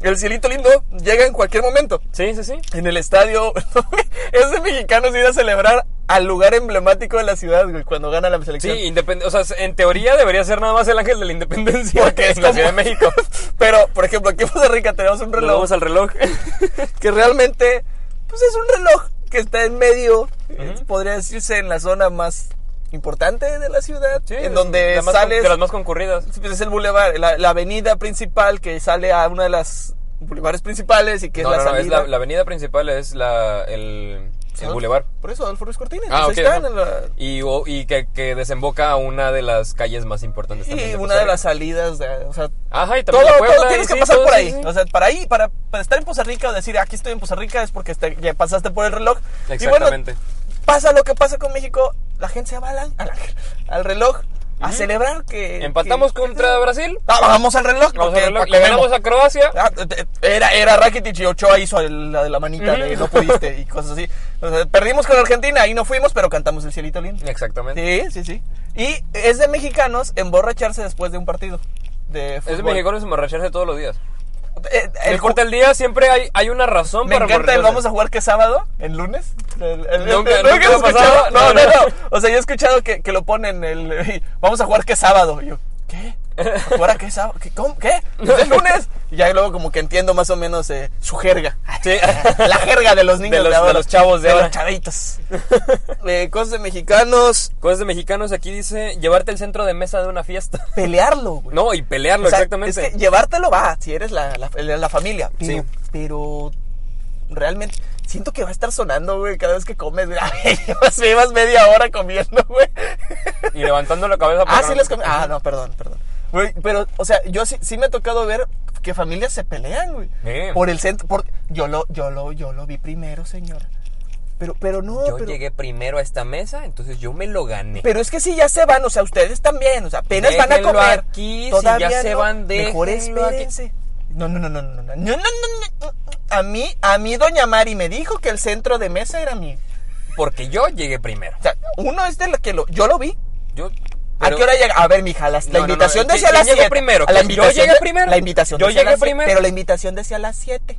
A: el Cielito Lindo llega en cualquier momento.
B: Sí, sí, sí.
A: En el estadio, es de mexicanos ir a celebrar al lugar emblemático de la ciudad, güey, cuando gana la
B: Sí,
A: selección.
B: independ- o sea, en teoría debería ser nada más el ángel de la independencia
A: Porque
B: que
A: es
B: es la
A: como-
B: Ciudad de México.
A: Pero, por ejemplo, aquí en Costa Rica tenemos un
B: Nos
A: reloj
B: vamos al reloj.
A: que realmente, pues es un reloj que está en medio, eh,
B: Ujú.
A: podría decirse en la zona más importante de la ciudad,
B: Sí,
A: en donde
B: la más con-
A: sales,
B: de las más concurridas.
A: pues, es el bulevar, la, la avenida principal que sale a una de las bulevares principales y que
B: no,
A: es la
B: no, no, es
A: salida.
B: la, la avenida principal, es la, el, el
A: Adolfo-
B: bulevar.
A: Por eso, Adolfo Ruiz Cortines,
B: Ah,
A: pues,
B: ok,
A: ahí están
B: ajá.
A: en la-
B: Y, o- y que, que desemboca a una de las calles más importantes también.
A: Y
B: de
A: una
B: Costa
A: de
B: Rica.
A: las salidas, de, o sea,
B: Ajá, y
A: todo,
B: también de Puebla,
A: todo tienes
B: y
A: que
B: sí,
A: pasar
B: todo,
A: por
B: sí,
A: ahí.
B: sí.
A: O sea, para ahí, para, para estar en Poza Rica o decir, aquí estoy en Poza Rica es porque está- ya pasaste por el reloj. Y bueno,
B: Exactamente.
A: pasa lo que pasa con México, la gente se va al, al, al reloj a celebrar que...
B: Empatamos
A: que-
B: contra Brasil.
A: Ah, vamos al reloj.
B: Vamos a
A: porque
B: verlo.
A: pa'
B: Le ganamos
A: comemos.
B: a Croacia.
A: Ah, eh, Era, era Rakitic y Ochoa hizo el- la de la manita de
B: Ujú.
A: no pudiste y cosas así. O sea, perdimos con Argentina y no fuimos, pero cantamos el cielito lindo.
B: Exactamente.
A: Sí, sí, sí. Y es de mexicanos emborracharse después de un partido de fútbol.
B: Es de mexicanos emborracharse todos los días.
A: Eh,
B: El
A: el
B: corte del día siempre hay, hay una razón
A: Me
B: para
A: encanta el
B: emborracharse.
A: vamos a jugar que es sábado, en lunes. El- el-
B: Nunca-
A: el-
B: nunca
A: he
B: ha pasado.
A: escuchado. No, no,
B: No,
A: no.
B: no.
A: O sea, yo he escuchado que, que lo ponen el y, vamos a jugar que es sábado. Y yo, ¿qué? ¿A jugar a qué es sábado? ¿Qué? ¿Cómo? ¿Qué? ¿Es el lunes? Y ya luego como que entiendo más o menos eh, su jerga.
B: Sí.
A: La jerga de los niños de,
B: De los-
A: ahora.
B: de los chavos de ahora.
A: los chavitos. Eh, cosas de mexicanos,
B: Cosas de mexicanos aquí dice llevarte el centro de mesa de una fiesta.
A: pelearlo, güey.
B: No, y pelearlo,
A: O sea,
B: exactamente.
A: Es que llevártelo va, si eres la, la- la- la familia. Pero,
B: Sí.
A: pero realmente siento que va a estar sonando, güey, cada vez que comes. Mira, llevas, llevas media hora comiendo, güey.
B: Y levantando la cabeza.
A: ah,
B: porque
A: sí
B: no-
A: les comí. Ah, no, perdón, perdón. Güey, pero, o sea, yo sí, sí me ha tocado ver que familias se pelean, güey.
B: Sí.
A: Por el centro. Por, yo, lo, yo, lo, yo lo vi primero, señora. Pero, pero no.
B: Yo
A: pero,
B: llegué primero a esta mesa, entonces yo me lo gané.
A: Pero es que si ya se van, o sea, ustedes también, o sea, apenas van a
B: Déjenlo
A: comer.
B: aquí, si ya se van,
A: Mejor
B: déjenlo aquí.
A: espérense. No, no, no, no, no, no, no, no, no, no, no. A mí, a mí doña Mari me dijo que el centro de mesa era mío.
B: Porque yo llegué primero.
A: O sea, uno es de la que lo, yo lo vi.
B: Yo,
A: ¿A
B: pero-
A: qué hora llega? A ver, mija, las- la
B: No, no, no,
A: invitación
B: ¿quién-
A: decía a
B: quién
A: las
B: llegó
A: 7.
B: primero?
A: La
B: ¿Quién- yo
A: invitación
B: llegué
A: de-
B: primero?
A: La invitación
B: Yo
A: decía a
B: llegué
A: las siete,
B: primero.
A: Pero la invitación decía a las 7.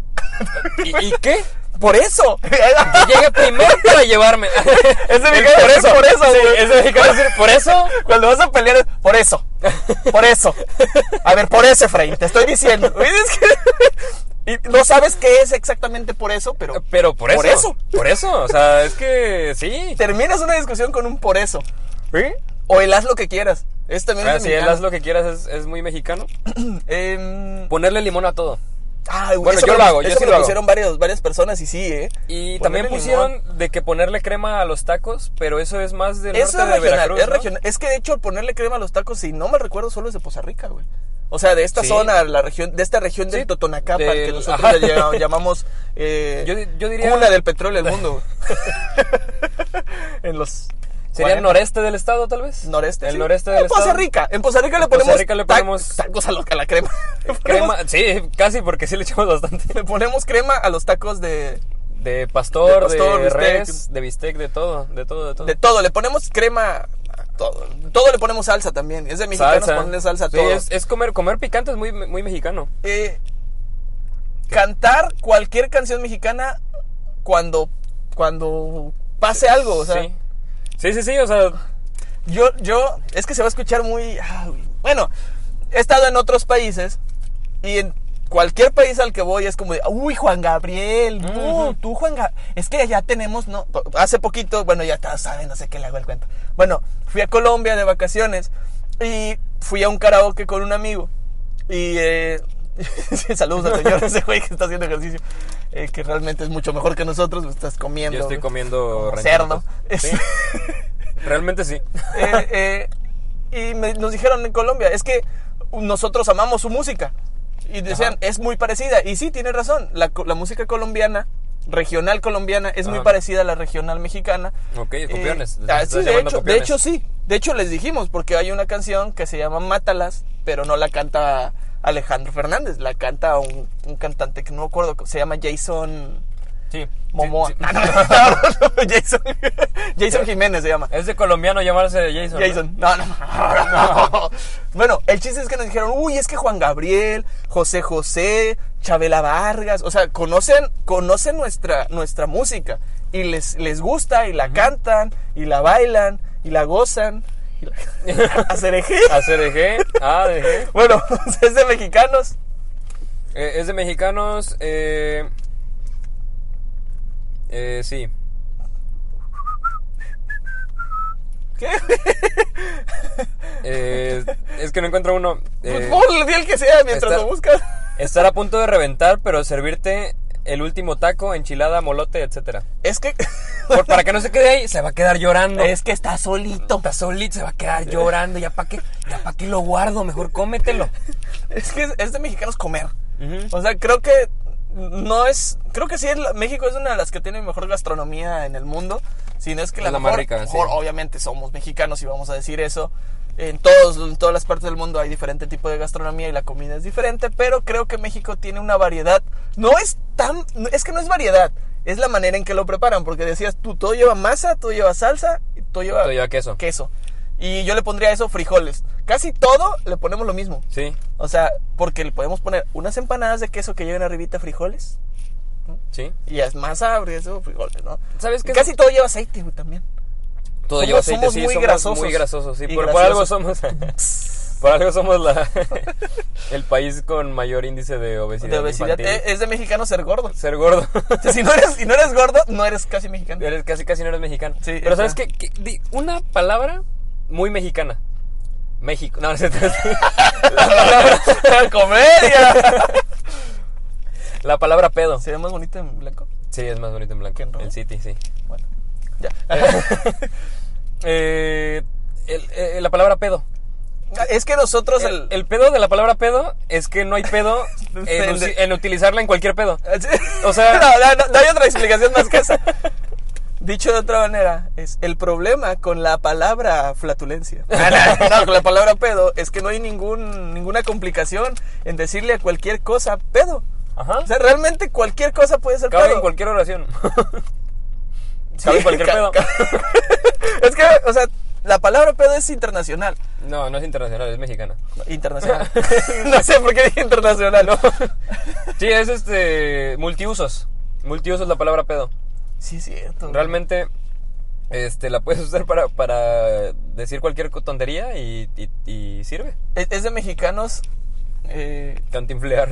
B: ¿Y, y qué?
A: Por eso.
B: Yo llegué primero para llevarme.
A: Es de
B: El-
A: mexicano
B: por
A: decir
B: eso.
A: por eso,
B: Sí,
A: güey.
B: es de mexicano decir por eso.
A: Cuando vas a pelear, es por eso. Por eso. A ver, por eso, Efraín, te estoy diciendo. Oye, es que- y no sabes qué es exactamente por eso, pero
B: Pero por eso.
A: Por eso.
B: Por eso. O sea, es que sí.
A: terminas una discusión con un por eso.
B: ¿Sí?
A: O el haz lo que quieras. Es también es
B: si él Ah, haz lo que quieras es, es muy mexicano. Ponerle limón a todo.
A: bueno, yo lo hago. Yo Em, eso
B: sí
A: me
B: lo hago.
A: pusieron varios, varias personas y sí, ¿eh?
B: Y
A: Ponerle
B: también pusieron
A: limón.
B: de que ponerle crema a los tacos, pero eso es más del
A: Eso es
B: norte de
A: regional,
B: Veracruz.
A: es
B: ¿no?
A: regional. Es que de hecho ponerle crema a los tacos, si no me recuerdo, solo es de Poza Rica, güey. O sea, de esta
B: Sí.
A: zona, la región, de esta región del
B: Sí,
A: Totonacapan, que
B: del-
A: nosotros
B: ajá.
A: le llam- llamamos eh,
B: Yo di- yo diría-
A: cuna del petróleo del mundo. en los
B: ¿Sería
A: 40.
B: noreste del estado, tal vez?
A: noreste.
B: El
A: sí.
B: noreste del
A: en Poza
B: estado.
A: Rica. En Poza Rica le
B: En Poza
A: ponemos,
B: Rica le
A: ta-
B: ponemos-
A: tacos a, lo- a la crema. Le ponemos-
B: Crema, sí, casi porque sí le echamos bastante.
A: Le ponemos crema a los tacos de,
B: De pastor,
A: De
B: de,
A: pastor, bistec.
B: res, de bistec, de todo, de todo, de todo.
A: de todo. Le ponemos crema a todo. Todo le ponemos salsa también. Es de mexicanos ponerle salsa a
B: Sí,
A: todo.
B: es, es comer, comer picante es muy, muy mexicano.
A: Eh, cantar cualquier canción mexicana cuando, cuando pase algo. O sea,
B: sí. sí, sí, sí, o sea,
A: Yo, yo, es que se va a escuchar muy. ah, güey. Bueno, he estado en otros países y en cualquier país al que voy es como de, uy, Juan Gabriel, tú,
B: Ujú.
A: tú, Juan Gabriel. Es que ya tenemos, ¿no? Hace poquito, bueno, ya todos saben, no sé qué le hago el cuento. Bueno, fui a Colombia de vacaciones y fui a un karaoke con un amigo y. eh, Saludos al señor, ese güey que está haciendo ejercicio, eh, que realmente es mucho mejor que nosotros, estás comiendo.
B: yo estoy
A: güey,
B: comiendo
A: como cerdo.
B: ranchitos. Sí, realmente sí.
A: Eh, eh, y me- nos dijeron en Colombia, es que nosotros amamos su música. Y decían,
B: Ajá.
A: es muy parecida. Y sí, tiene razón. La, co- la música colombiana, regional colombiana, es muy
B: Ajá.
A: parecida a la regional mexicana.
B: Ok, copiones.
A: Eh,
B: les
A: ah,
B: estás
A: sí, de,
B: llamando
A: hecho, de
B: copiones.
A: hecho, sí. De hecho, les dijimos, porque hay una canción que se llama Mátalas, pero no la canta Alejandro Fernández, la canta un, un cantante que no me acuerdo, se llama Jason
B: Sí,
A: Momoa.
B: sí, sí.
A: Ah, no, no, no, Jason, Jason Jiménez se llama.
B: Es de colombiano llamarse Jason. ¿no?
A: Jason. No, no, no, no. Bueno, el chiste es que nos dijeron, uy, es que Juan Gabriel, José José, Chabela Vargas, o sea, conocen, conocen nuestra, nuestra música y les, les gusta y la cantan y la bailan y la gozan. Y la... Hacer eje.
B: ACDG, ADG.
A: Bueno, es de mexicanos.
B: Eh, es de mexicanos. Eh, eh, sí.
A: ¿Qué?
B: Eh, es que no encuentro uno. Eh,
A: Fútbol, di el que sea mientras
B: está-
A: lo buscas.
B: estar a punto de reventar, pero servirte el último taco, enchilada, molote, etcétera.
A: Es que.
B: Por- para que no se quede ahí, se va a quedar llorando.
A: Es que está solito.
B: Está solito, se va a quedar llorando. ¿Ya para qué? ¿Ya para qué lo guardo? Mejor cómetelo.
A: Es que es de mexicanos comer.
B: Ujú.
A: O sea, creo que no es. Creo que sí, es la- México es una de las que tiene mejor gastronomía en el mundo. Si no es que la,
B: Es la
A: mejor,
B: más rica,
A: mejor,
B: sí.
A: Obviamente somos mexicanos y vamos a decir eso. En, todos, en todas las partes del mundo hay diferente tipo de gastronomía y la comida es diferente, pero creo que México tiene una variedad. No es tan. no- Es que no es variedad, es la manera en que lo preparan, porque decías tú, todo lleva masa, todo lleva salsa, y todo lleva,
B: Todo lleva queso.
A: queso. Y yo le pondría a eso frijoles. Casi todo le ponemos lo mismo.
B: Sí,
A: O sea, porque le podemos poner unas empanadas de queso que lleven arribita frijoles.
B: sí.
A: Y es masa, eso, frijoles, ¿no?
B: ¿Sabes qué?
A: Casi todo lleva aceite, güey, también.
B: Todo
A: Somos-
B: lleva aceite,
A: somos
B: sí,
A: muy
B: somos
A: grasosos.
B: muy grasosos, sí.
A: Y
B: Por, por algo
A: graciosos.
B: somos, por algo somos la, el país con mayor índice de obesidad.
A: de obesidad.
B: infantil.
A: Eh, Es de mexicano ser gordo.
B: Ser gordo.
A: O sea, si, no eres, si no eres gordo, no eres casi mexicano.
B: Eres casi, casi no eres mexicano.
A: Sí,
B: Pero sabes
A: ajá.
B: que, una palabra muy mexicana. México. No, no es cierto.
A: ¡Comedia!
B: La palabra pedo.
A: ¿Se ve más bonito en blanco?
B: Sí, es más bonito en blanco.
A: ¿Que en rojo?
B: El City, sí.
A: Bueno, ya.
B: Eh, el- eh, la palabra pedo.
A: es que nosotros
B: El,
A: el...
B: el pedo de la palabra pedo es que no hay pedo en, usi- en utilizarla en cualquier pedo.
A: o
B: o
A: sea...
B: sea-
A: No, no, no, no hay otra explicación más que esa. Dicho de otra manera, es el problema con la palabra flatulencia. No, con la palabra pedo es que no hay ningún, ninguna complicación en decirle a cualquier cosa pedo.
B: Ajá.
A: O sea, realmente cualquier cosa puede ser
B: Cabe
A: pedo.
B: en cualquier oración.
A: Sí,
B: cabe en cualquier
A: ca-
B: pedo.
A: ca- es que, o sea, la palabra pedo es internacional.
B: No, no es internacional, es mexicana.
A: Internacional. no sé por qué dije internacional.
B: Sí, es este. Multiusos. Multiusos la palabra pedo.
A: Sí, es cierto.
B: Realmente. Este, la puedes usar para, para decir cualquier co- tontería y, y- y sirve.
A: Es, es de mexicanos. Eh,
B: Cantinflear.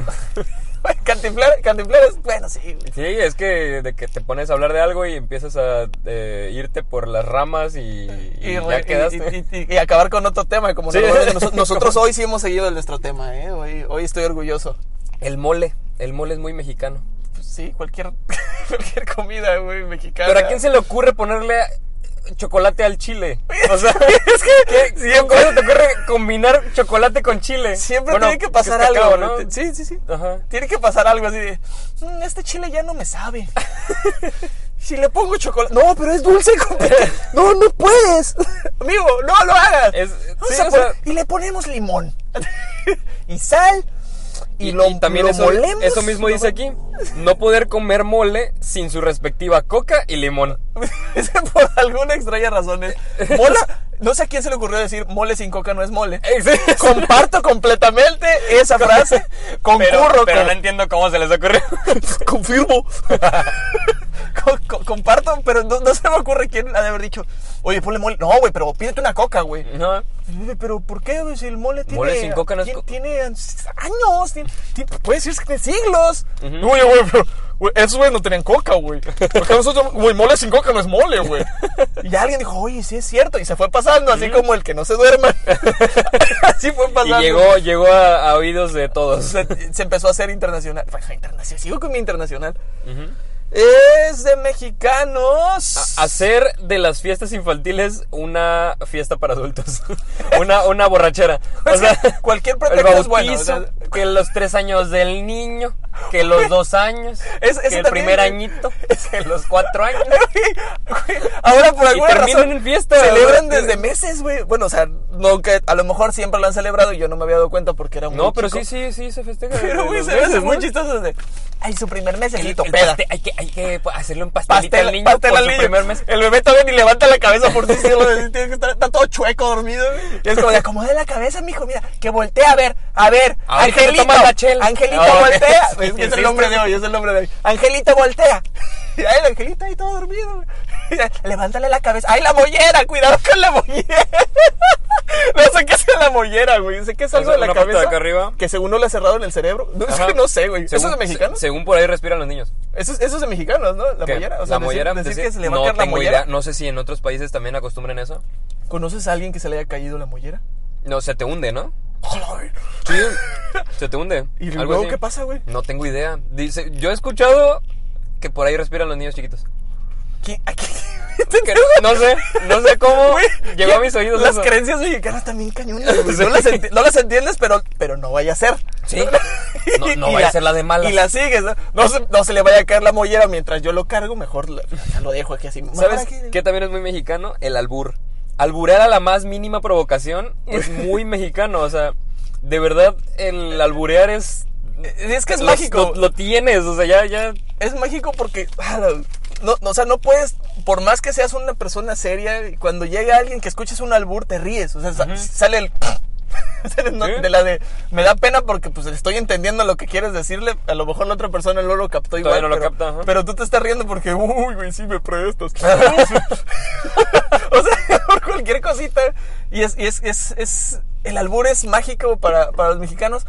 A: cantinflar, cantinflar es- bueno, sí. güey.
B: Sí, es que de que te pones a hablar de algo y empiezas a eh, irte por las ramas y, y
A: Y,
B: ya
A: re-
B: quedaste.
A: y- y- y- y acabar con otro tema, como
B: Sí.
A: normalmente noso- nosotros hoy sí hemos seguido nuestro tema, ¿eh? Hoy, hoy estoy orgulloso.
B: El mole. El mole es muy mexicano.
A: Pues sí, cualquier, cualquier comida, güey, mexicana.
B: Pero ¿a quién se le ocurre ponerle chocolate al chile. O sea, ¿qué-
A: siempre-
B: ¿Cómo se te ocurre combinar chocolate con chile?
A: Siempre
B: Bueno,
A: tiene que pasar
B: es cacao,
A: algo.
B: ¿no?
A: güey. Sí, sí, sí.
B: Ajá.
A: Tiene que pasar algo así de, "Mm, este chile ya no me sabe. si le pongo chocolate... No, pero es dulce. compita. no, no puedes. Amigo, no lo hagas.
B: Es-
A: Vamos
B: sí,
A: a
B: o
A: poner-
B: sea-
A: y le ponemos limón. y sal. Y, lo,
B: también
A: lo
B: eso,
A: molemos.
B: eso mismo
A: Lo-
B: dice aquí, no poder comer mole sin su respectiva coca y limón.
A: Es que por alguna extraña razón. es- Mola. No sé a quién se le ocurrió decir mole sin coca no es mole.
B: Eh, sí, sí.
A: Comparto completamente esa frase.
B: pero,
A: Concurro
B: pero
A: con-
B: no entiendo cómo se les ocurrió.
A: Confirmo. Co- co- comparto, pero no, no se me ocurre quién ha de haber dicho, oye, ponle mole. No, güey, pero pídete una coca, Pues, güey.
B: No.
A: Dice, Pero ¿por qué, güey? Si el mole tiene.
B: Mole sin coca no es
A: tiene-
B: co-
A: Tiene años, tiene, tiene- puede decirse que tiene siglos.
B: Ujú.
A: Oye, güey, pero. güey, esos güeyes no tenían coca, güey. Porque nosotros, güey, mole sin coca no es mole, güey. Y alguien dijo, oye, sí es cierto. Y se fue pasando, así como el que no se duerma. así fue
B: Y
A: pasando.
B: llegó, llegó a, a oídos de todos.
A: Se, se empezó a hacer internacional. Bueno, internacional. Sigo con mi internacional.
B: Ujú.
A: Es de mexicanos.
B: Hacer de las fiestas infantiles una fiesta para adultos. una, una borrachera. O sea,
A: Pues, cualquier
B: el
A: pretexto es bueno. o sea,
B: bautizo, que los tres años del niño, que los dos años,
A: Es- ese
B: que el
A: también,
B: primer
A: güey.
B: añito, que los cuatro años.
A: Güey, Ahora por
B: Y
A: alguna
B: terminan
A: razón
B: en fiesta,
A: celebran
B: güey.
A: desde meses, güey. Bueno, o sea, nunca, a lo mejor siempre lo han celebrado y yo no me había dado cuenta porque era un
B: No, pero sí, sí, sí, se festeja.
A: Pero güey,
B: los
A: se me hace
B: meses,
A: muy
B: ¿no?
A: chistoso de ay, su primer mes
B: El- el
A: peda.
B: paste- hay, que, hay que hacerlo en pastelito
A: Pastel,
B: al niño
A: pastel
B: por
A: al
B: su
A: niño.
B: primer mes.
A: El bebé todavía ni levanta la cabeza por sí solo. así tiene que estar- está todo chueco, dormido. güey. Y es como de acomode la cabeza, mijo. Mira, que voltea a ver, a ver.
B: Ahorita me
A: Angelito,
B: tomas la chela.
A: Angelito,
B: Ah, ok.
A: voltea.
B: Sí,
A: Es que es
B: insiste.
A: el hombre de hoy, es el hombre de hoy. Angelito, voltea. Y ahí el angelito ahí todo dormido. güey. Levántale la cabeza. ¡Ay, la mollera! Cuidado con la mollera. No sé qué es la mollera, güey. Sé que es algo
B: sea,
A: de la
B: una parte de
A: cabeza.
B: acá arriba.
A: Que según no le ha cerrado en el cerebro. No, es
B: Ajá.
A: que no sé, güey. ¿Eso es de
B: Según-
A: mexicano?
B: se- según por ahí respiran los niños.
A: Eso, es- eso es de mexicanos, ¿no? La
B: ¿Qué?
A: mollera. O sea,
B: la
A: decir-
B: mollera.
A: Decir,
B: decir,
A: que se le va
B: no
A: a caer la
B: tengo
A: mollera.
B: idea. No sé si en otros países también acostumbran eso.
A: ¿Conoces a alguien que se le haya caído la mollera?
B: No, se te hunde, ¿no?
A: Joder.
B: Sí. se te hunde.
A: ¿Y
B: algo
A: luego
B: así.
A: qué pasa, güey?
B: No tengo idea. Dice, yo he escuchado que por ahí respiran los niños chiquitos.
A: ¿Quién? ¿A quién?
B: Que no sé, no sé cómo
A: Güey,
B: llegó a mis oídos
A: Las
B: eso.
A: creencias mexicanas también cañonas. güey.
B: Sí.
A: No, las enti- no las entiendes, pero, pero no vaya a ser.
B: Sí. No- no
A: Y
B: vaya a ser la de malas.
A: Y la sigues, ¿no? No se, no se le vaya a caer la mollera mientras yo lo cargo, mejor lo, ya lo dejo aquí así.
B: ¿Sabes
A: Ahora que-
B: qué también es muy mexicano? El albur. Alburear a la más mínima provocación es muy mexicano. O sea, de verdad, el alburear es.
A: Es que es
B: lo-
A: mágico.
B: Lo, lo tienes, o sea, ya, ya.
A: es mágico porque, ah, la- no, no, o sea, no puedes, por más que seas una persona seria, y cuando llega alguien que escuches un albur, te ríes. O sea, sa- sale el... sale, no,
B: Sí.
A: De la de, me da pena porque pues estoy entendiendo lo que quieres decirle. A lo mejor la otra persona no lo captó igual.
B: no lo
A: pero,
B: capta, ajá.
A: pero tú te estás riendo porque, uy, güey, sí me prestas. o sea, por cualquier cosita. Y es, y es, es, es- el albur es mágico para, para los mexicanos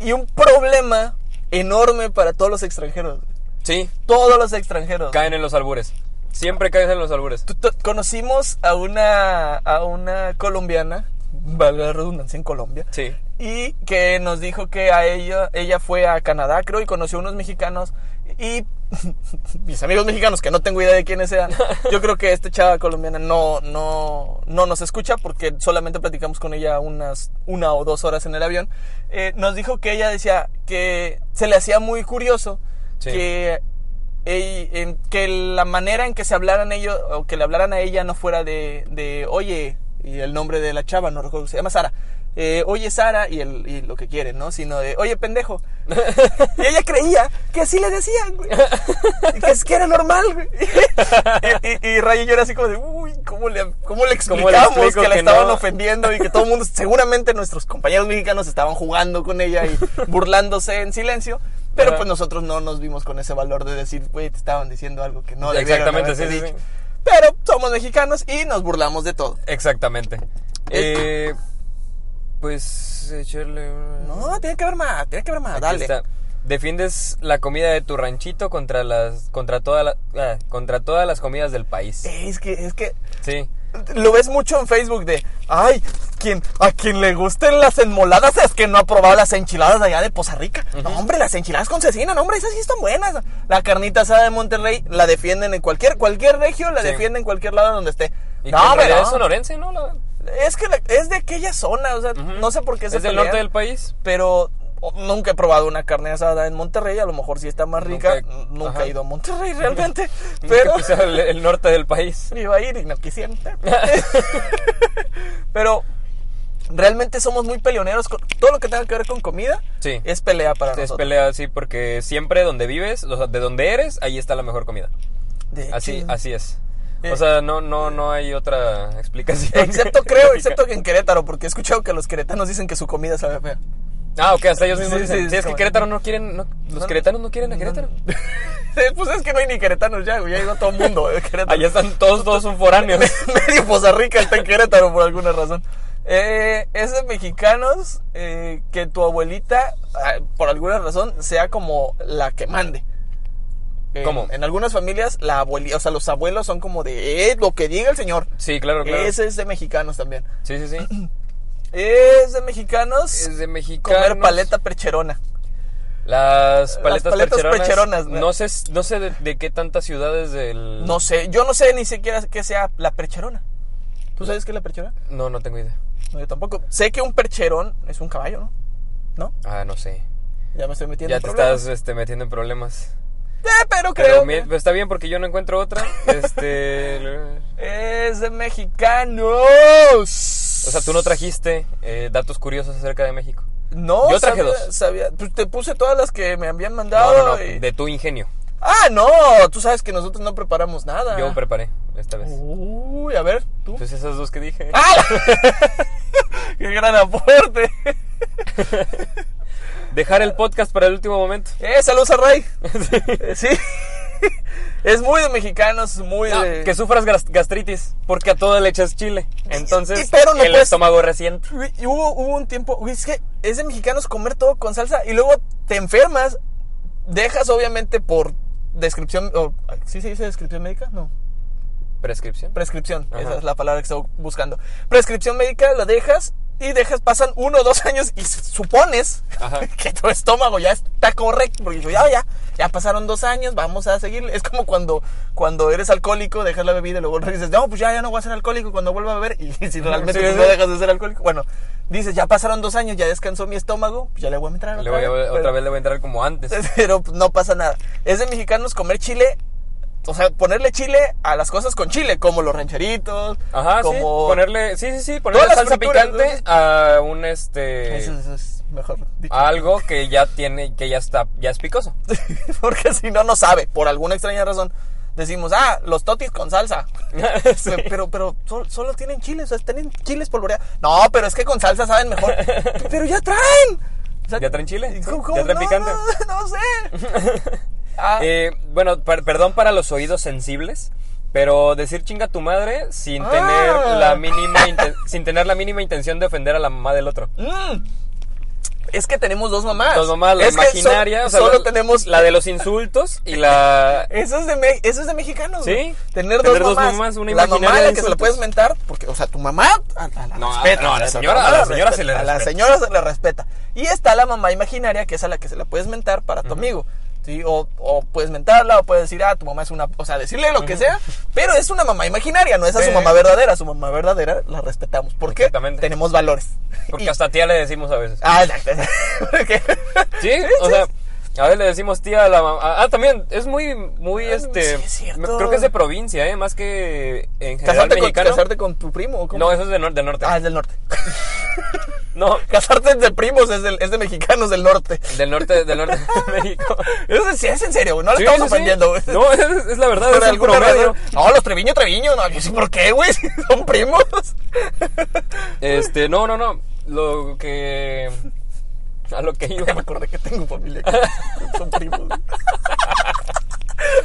A: y un problema enorme para todos los extranjeros
B: Sí,
A: todos los extranjeros.
B: caen en los albures. Siempre caen en los albures.
A: Tú- tú- Conocimos a una, a una colombiana, valga la redundancia, en Colombia.
B: Sí.
A: Y que nos dijo que a ella, ella fue a Canadá, creo, y conoció a unos mexicanos. Y mis amigos mexicanos, que no tengo idea de quiénes sean, yo creo que esta chava colombiana no, no, no nos escucha porque solamente platicamos con ella unas una o dos horas en el avión. Eh, nos dijo que ella decía que se le hacía muy curioso
B: Sí.
A: que, ey- en- que la manera en que se hablaran ellos, o que le hablaran a ella no fuera de, de oye, y el nombre de la chava, no recuerdo, se llama Sara. Eh, oye Sara y, el, y lo que quiere, ¿no? Sino de, oye pendejo. y ella creía que así le decían, güey. Y que es que era normal, güey. Y, y, y Rayo yo era así como de, uy, ¿cómo le, cómo le
B: ¿Cómo le
A: explicamos
B: explico
A: que la
B: que
A: estaban
B: no?
A: ofendiendo y que todo el mundo, seguramente nuestros compañeros mexicanos estaban jugando con ella y burlándose en silencio? Pero
B: Ajá.
A: pues nosotros no nos vimos con ese valor de decir, güey, te estaban diciendo algo que no debieron
B: Exactamente,
A: haberte
B: sí, sí,
A: dicho".
B: sí.
A: Pero somos mexicanos y nos burlamos de todo.
B: Exactamente.
A: Eh,
B: Eh, pues echarle.
A: No, tiene que ver más, tiene que ver más,
B: Aquí
A: dale.
B: está. Defiendes la comida de tu ranchito
A: Eh.
B: contra las contra toda la- ah, contra todas las comidas del país.
A: Es que, es que
B: Sí.
A: lo ves mucho en Facebook de, ay, quien, a quien le gusten las enmoladas es que no ha probado las enchiladas de allá de Poza Rica. No, hombre, las enchiladas con cecina, no, hombre, esas sí están buenas. La carnita asada de Monterrey la defienden en cualquier, cualquier regio la
B: Sí.
A: defienden en cualquier lado donde esté.
B: Y que
A: no,
B: en
A: hombre,
B: realidad
A: no.
B: es sonorense, ¿no? La-
A: Es que la- es de aquella zona, o sea, no sé por qué
B: es
A: se
B: del
A: pelean,
B: norte del país.
A: Pero o- nunca he probado una carne asada en Monterrey, a lo mejor sí está más rica.
B: Nunca-
A: N- Nunca,
B: ajá.
A: he ido a Monterrey realmente,
B: Pero...
A: pero
B: el, el norte del país.
A: iba a ir y no quisiera. pero realmente somos muy peleoneros con todo lo que tenga que ver con comida.
B: Sí.
A: Es pelea para
B: Es
A: nosotros.
B: pelea, sí, porque siempre donde vives, o sea, de donde eres, ahí está la mejor comida.
A: De
B: Así,
A: hecho,
B: así es.
A: Eh.
B: O sea, no, no, no hay otra explicación.
A: Excepto creo,
B: lógica.
A: excepto que en Querétaro, porque he escuchado que los queretanos dicen que su comida sabe fea.
B: Ah, ok, hasta ellos mismos
A: Sí, sí,
B: dicen. Sí,
A: es
B: es que
A: como-
B: Querétaro no quieren. no- los
A: No,
B: queretanos no quieren a
A: no.
B: Querétaro.
A: pues es que no hay ni queretanos ya, güey, ya llegó todo el mundo
B: Ah,
A: de Querétaro.
B: Allá están todos, todos son foráneos.
A: medio Poza Rica está en Querétaro por alguna razón. Eh, es de mexicanos eh, que tu abuelita, ah, por alguna razón, sea como la que mande. En-
B: ¿Cómo?
A: En algunas familias, la abuelita, o sea, los abuelos son como de "Eh, lo que diga el señor.
B: Sí, claro, claro.
A: Ese es de mexicanos también.
B: Sí, sí, sí.
A: Es de mexicanos
B: Es de México.
A: comer paleta percherona.
B: Las paletas,
A: paletas
B: percheronas.
A: percheronas, ¿no?
B: No sé, no sé de, de qué tantas ciudades del.
A: No sé, yo no sé ni siquiera qué sea la percherona.
B: Mm.
A: ¿Tú sabes qué es la percherona?
B: No, no tengo idea.
A: No, yo tampoco. Sé que un percherón es un caballo, ¿no? ¿No?
B: Ah, no sé.
A: Ya me estoy metiendo
B: Ya
A: en
B: te
A: problemas.
B: estás este, metiendo en problemas.
A: Eh, pero creo
B: Pero mi-
A: que
B: pues, está bien porque yo no encuentro otra. Este. l-
A: es de mexicanos.
B: O sea, tú no trajiste eh, datos curiosos acerca de México.
A: No,
B: Yo traje
A: sabía-
B: dos.
A: sabía- pues, te puse todas las que me habían
B: No,
A: mandado.
B: no, no.
A: y-
B: De tu ingenio.
A: Ah, no, tú sabes que nosotros no preparamos nada.
B: Yo preparé esta vez.
A: Uy, a ver, tú.
B: Entonces Pues esas dos que dije.
A: Ah. Qué gran aporte.
B: Dejar el podcast para el último momento.
A: Eh, saludos a Ray. Eh, sí. Es muy de mexicanos, muy
B: No,
A: de.
B: que sufras gas- gastritis, porque a todo le echas chile. Entonces,
A: Y- pero no
B: el
A: puedes-
B: estómago resiente.
A: Uy, y hubo, hubo un tiempo, uy, es que es de mexicanos comer todo con salsa y luego te enfermas, dejas obviamente por descripción, o, ¿sí se dice descripción médica? No,
B: Prescripción.
A: prescripción,
B: Ajá.
A: esa es la palabra que estaba buscando. Prescripción médica la dejas y dejas, pasan uno o dos años y s- supones
B: Ajá.
A: que tu estómago ya está correcto, porque yo, ya, ya, ya pasaron dos años, vamos a seguir. Es como cuando, cuando eres alcohólico, dejas la bebida y luego dices, no, pues ya, ya no voy a ser alcohólico cuando vuelva a beber. Y si realmente
B: Sí,
A: no
B: sí.
A: dejas de ser alcohólico, bueno, dices, ya pasaron dos años, ya descansó mi estómago, pues ya le voy a entrar
B: Le
A: otra
B: voy a-
A: vez.
B: otra
A: Pero-
B: vez le voy a entrar como antes.
A: Pero pues, no pasa nada. Es de mexicanos comer chile. O sea, ponerle chile a las cosas con chile, como los rancheritos,
B: Ajá,
A: como...
B: sí. Ponerle, sí, sí, sí, ponerle
A: Todas las
B: salsa
A: frituras,
B: picante a un este.
A: Eso, eso es mejor dicho.
B: a algo que ya tiene, que ya está, ya es picoso.
A: Porque si no, no sabe. Por alguna extraña razón. Decimos, ah, los totis con salsa.
B: Sí.
A: Pe- Pero, pero sol- solo tienen chiles, o sea, tienen chiles polvoreados. No, pero es que con salsa saben mejor. pero ya traen. O sea,
B: ¿Ya traen chile?
A: ¿cómo-
B: ¿Ya
A: cómo?
B: traen picante?
A: No, no sé. Ah,
B: Eh, bueno, per- perdón para los oídos sensibles, pero decir chinga tu madre sin
A: Ah.
B: tener la mínima inten- sin tener la mínima intención de ofender a la mamá del otro.
A: mm. Es que tenemos dos mamás.
B: Las mamás, la
A: Es que so-
B: imaginaria, o sea,
A: solo
B: la-
A: tenemos
B: la de los insultos y la
A: Eso es de, me- eso es de mexicanos.
B: Sí.
A: güey. Tener, dos
B: Tener dos
A: mamás.
B: mamás, una
A: la
B: imaginaria
A: mamá a la
B: de
A: que se la
B: insultos.
A: puedes mentar, porque, o sea, tu mamá. A, a la
B: No, a-
A: respeta,
B: no, a la
A: tu
B: señora-
A: mamá
B: a la señora se le
A: respeta, A la
B: respeta.
A: señora se le respeta. Y está la mamá imaginaria, que es a la que se la puedes mentar para tu amigo. ¿sí? O, o puedes mentarla, o puedes decir, ah, tu mamá es una. O sea, decirle lo que sea, pero es una mamá imaginaria, no es a su
B: Sí.
A: mamá verdadera. Su mamá verdadera la respetamos. ¿Por qué?
B: Exactamente.
A: Tenemos valores.
B: porque
A: Y-
B: hasta tía le decimos a veces.
A: Ah, exacto. Porque-
B: Sí, o sea, a veces le decimos tía a la mamá. Ah, también es muy muy
A: Ah,
B: este
A: sí, es cierto.
B: me- creo que es de provincia, eh, más que en general
A: Casarte con,
B: mexicano.
A: casarte con tu primo. ¿o cómo?
B: No, eso es de nor- del norte.
A: Ah, es del norte.
B: No,
A: Casarte entre primos es, del- es de mexicanos del norte.
B: del norte del norte de México.
A: Eso sí es en serio, güey, no lo
B: Sí,
A: estamos
B: sí, sí.
A: ofendiendo. güey.
B: No, es, es la verdad,
A: Por
B: es el
A: alguna
B: promedio.
A: razón. No, los Treviño, Treviño, no, yo sé por qué, güey, si son primos.
B: Este, no, no, no. Lo que. A lo que iba.
A: Ya me acordé que tengo familia que son primos. No,
B: No,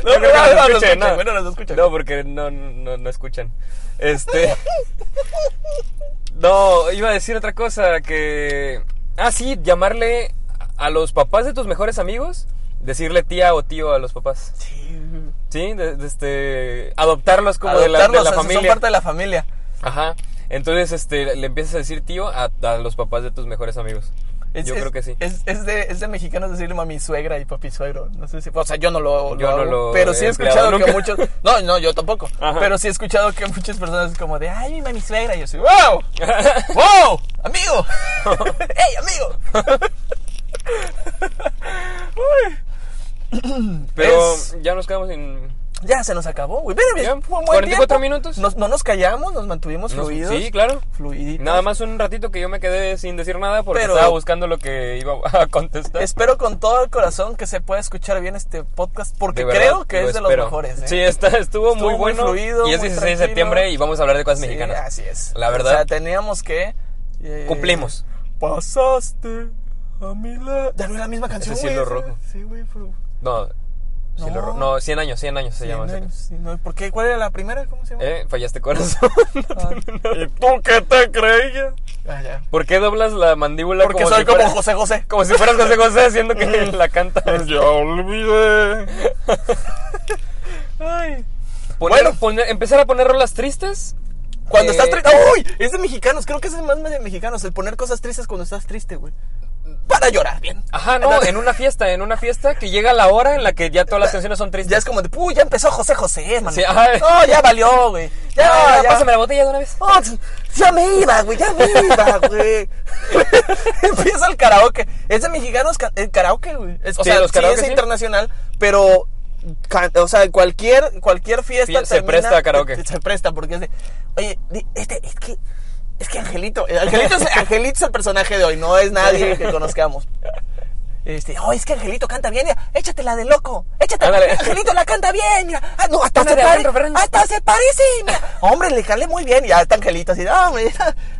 B: creo que nos
A: nos
B: escuchen,
A: escuchan,
B: no.
A: bueno, nos escuchan.
B: No, porque no, no, no escuchan. Este. No, iba a decir otra cosa que. Ah, sí, llamarle a los papás de tus mejores amigos. Decirle tía o tío a los papás.
A: Sí.
B: Sí, de- de este. Adoptarlos como de la- de la,
A: Adoptarlos, o sea,
B: familia.
A: Son parte de la familia.
B: Ajá. Entonces, este, le empiezas a decir tío a, a los papás de tus mejores amigos.
A: Es-
B: Yo
A: es-
B: creo que sí.
A: Es, es de, es de mexicanos decirle mami suegra y papi suegro. No sé si, o sea, yo no lo, lo
B: Yo no
A: hago,
B: lo
A: Pero sí he
B: he
A: escuchado
B: empleado
A: que
B: nunca.
A: muchos. No, no, yo tampoco.
B: Ajá.
A: Pero sí he escuchado que muchas personas es como de, ay, mi mami suegra. Y yo soy, wow, wow, amigo, hey, amigo. Uy.
B: Pero
A: Es-
B: ya nos quedamos en...
A: ya se nos acabó, güey. Pero
B: Ya,
A: bien, fue un buen
B: 44
A: tiempo.
B: minutos.
A: Nos- no nos callamos, nos mantuvimos fluidos.
B: Sí, claro.
A: Fluiditos.
B: Nada más un ratito que yo me quedé sin decir nada porque
A: Pero-
B: estaba buscando lo que iba a contestar.
A: Espero con todo el corazón que se pueda escuchar bien este podcast porque
B: De verdad,
A: creo que es
B: lo
A: de los
B: espero.
A: mejores. ¿eh?
B: Sí, está, estuvo,
A: Estuvo
B: muy
A: muy
B: bueno.
A: fluido,
B: y es
A: muy
B: 16
A: tranquilo.
B: de septiembre y vamos a hablar de cosas
A: Sí,
B: mexicanas.
A: así es.
B: La
A: O
B: verdad.
A: sea, teníamos que. eh,
B: Cumplimos.
A: Pasaste a mi lado. Ya no es la misma canción.
B: es Cielo
A: güey,
B: Rojo.
A: Sí, güey, pero.
B: No, sí
A: No.
B: lo ro- no, 100 años, 100 años se
A: Sí,
B: llama.
A: no,
B: esa canción.
A: sí, no, ¿Por qué? ¿Cuál era la primera? ¿Cómo se llama?
B: Eh, fallaste corazón.
A: Ah.
B: ¿Y tú qué te creías?
A: Ah, ya.
B: ¿Por qué doblas la mandíbula
A: Porque
B: como
A: soy
B: si
A: como
B: fuera-
A: José José.
B: Como si fueras José José haciendo que la canta. Pues Ya olvidé.
A: Ay.
B: bueno.
A: Bueno.
B: empezar a poner rolas tristes.
A: Cuando
B: Eh,
A: estás triste. ¡Uy! Es de mexicanos. Creo que es el más de mexicanos. El poner cosas tristes cuando estás triste, güey. Para llorar bien.
B: Ajá, no, en una fiesta, en una fiesta que llega la hora en la que ya todas las canciones son tristes.
A: Ya es como de, puy, ya empezó José José, man.
B: Sí, ajá.
A: No, ya valió, güey.
B: Ah,
A: Ya,
B: ya,
A: ya.
B: Pásame la botella de una vez.
A: Oh, sí, ya me iba, güey, ya me iba, güey. Empieza el karaoke. Es de mexicanos ca- el karaoke, güey. Es- o
B: Sí,
A: sea,
B: los
A: sí
B: karaoke,
A: es
B: sí.
A: internacional, pero ca- o sea, cualquier cualquier fiesta
B: Fie- se
A: termina-
B: presta a karaoke.
A: Se presta porque es de, oye, di- este es que es que Angelito, eh, Angelito es, Angelito es el personaje de hoy, no es nadie que conozcamos. Este, oh, es que Angelito canta bien, mira, échatela de loco, échatela,
B: Ándale.
A: Angelito la canta bien, mira, ah, no, hasta
B: Una
A: se
B: de
A: pare-
B: Alejandro Fernández.
A: hasta se parece, mira. Hombre, le jalé muy bien. Y ya está Angelito así, no, hombre,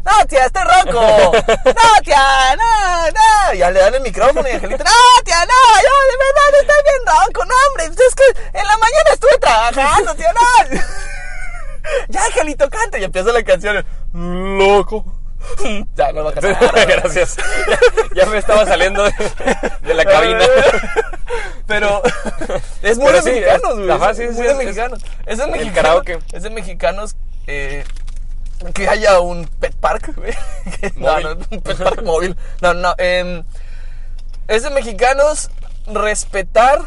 A: no, tía, este roco. No, tía, no, no. Y Ya le dan el micrófono y Angelito, no, tía, no, yo de verdad estoy bien roco, no, hombre. pues Es que en la mañana estuve trabajando, tía, no. Ya, Angelito, canta. Y empieza la canción, loco. Ya, no va a cantar.
B: Gracias. Ya, ya me estaba saliendo de, de la cabina.
A: Pero es muy
B: Pero
A: de
B: sí,
A: mexicanos,
B: es-
A: güey.
B: ajá,
A: es
B: sí, sí,
A: muy de
B: es-
A: mexicanos. Es de
B: el
A: mexicanos.
B: karaoke.
A: Es de mexicanos eh, que haya un pet park, güey. Que- No,
B: Móvil.
A: no, un pet park móvil. No, no. em, es de mexicanos respetar.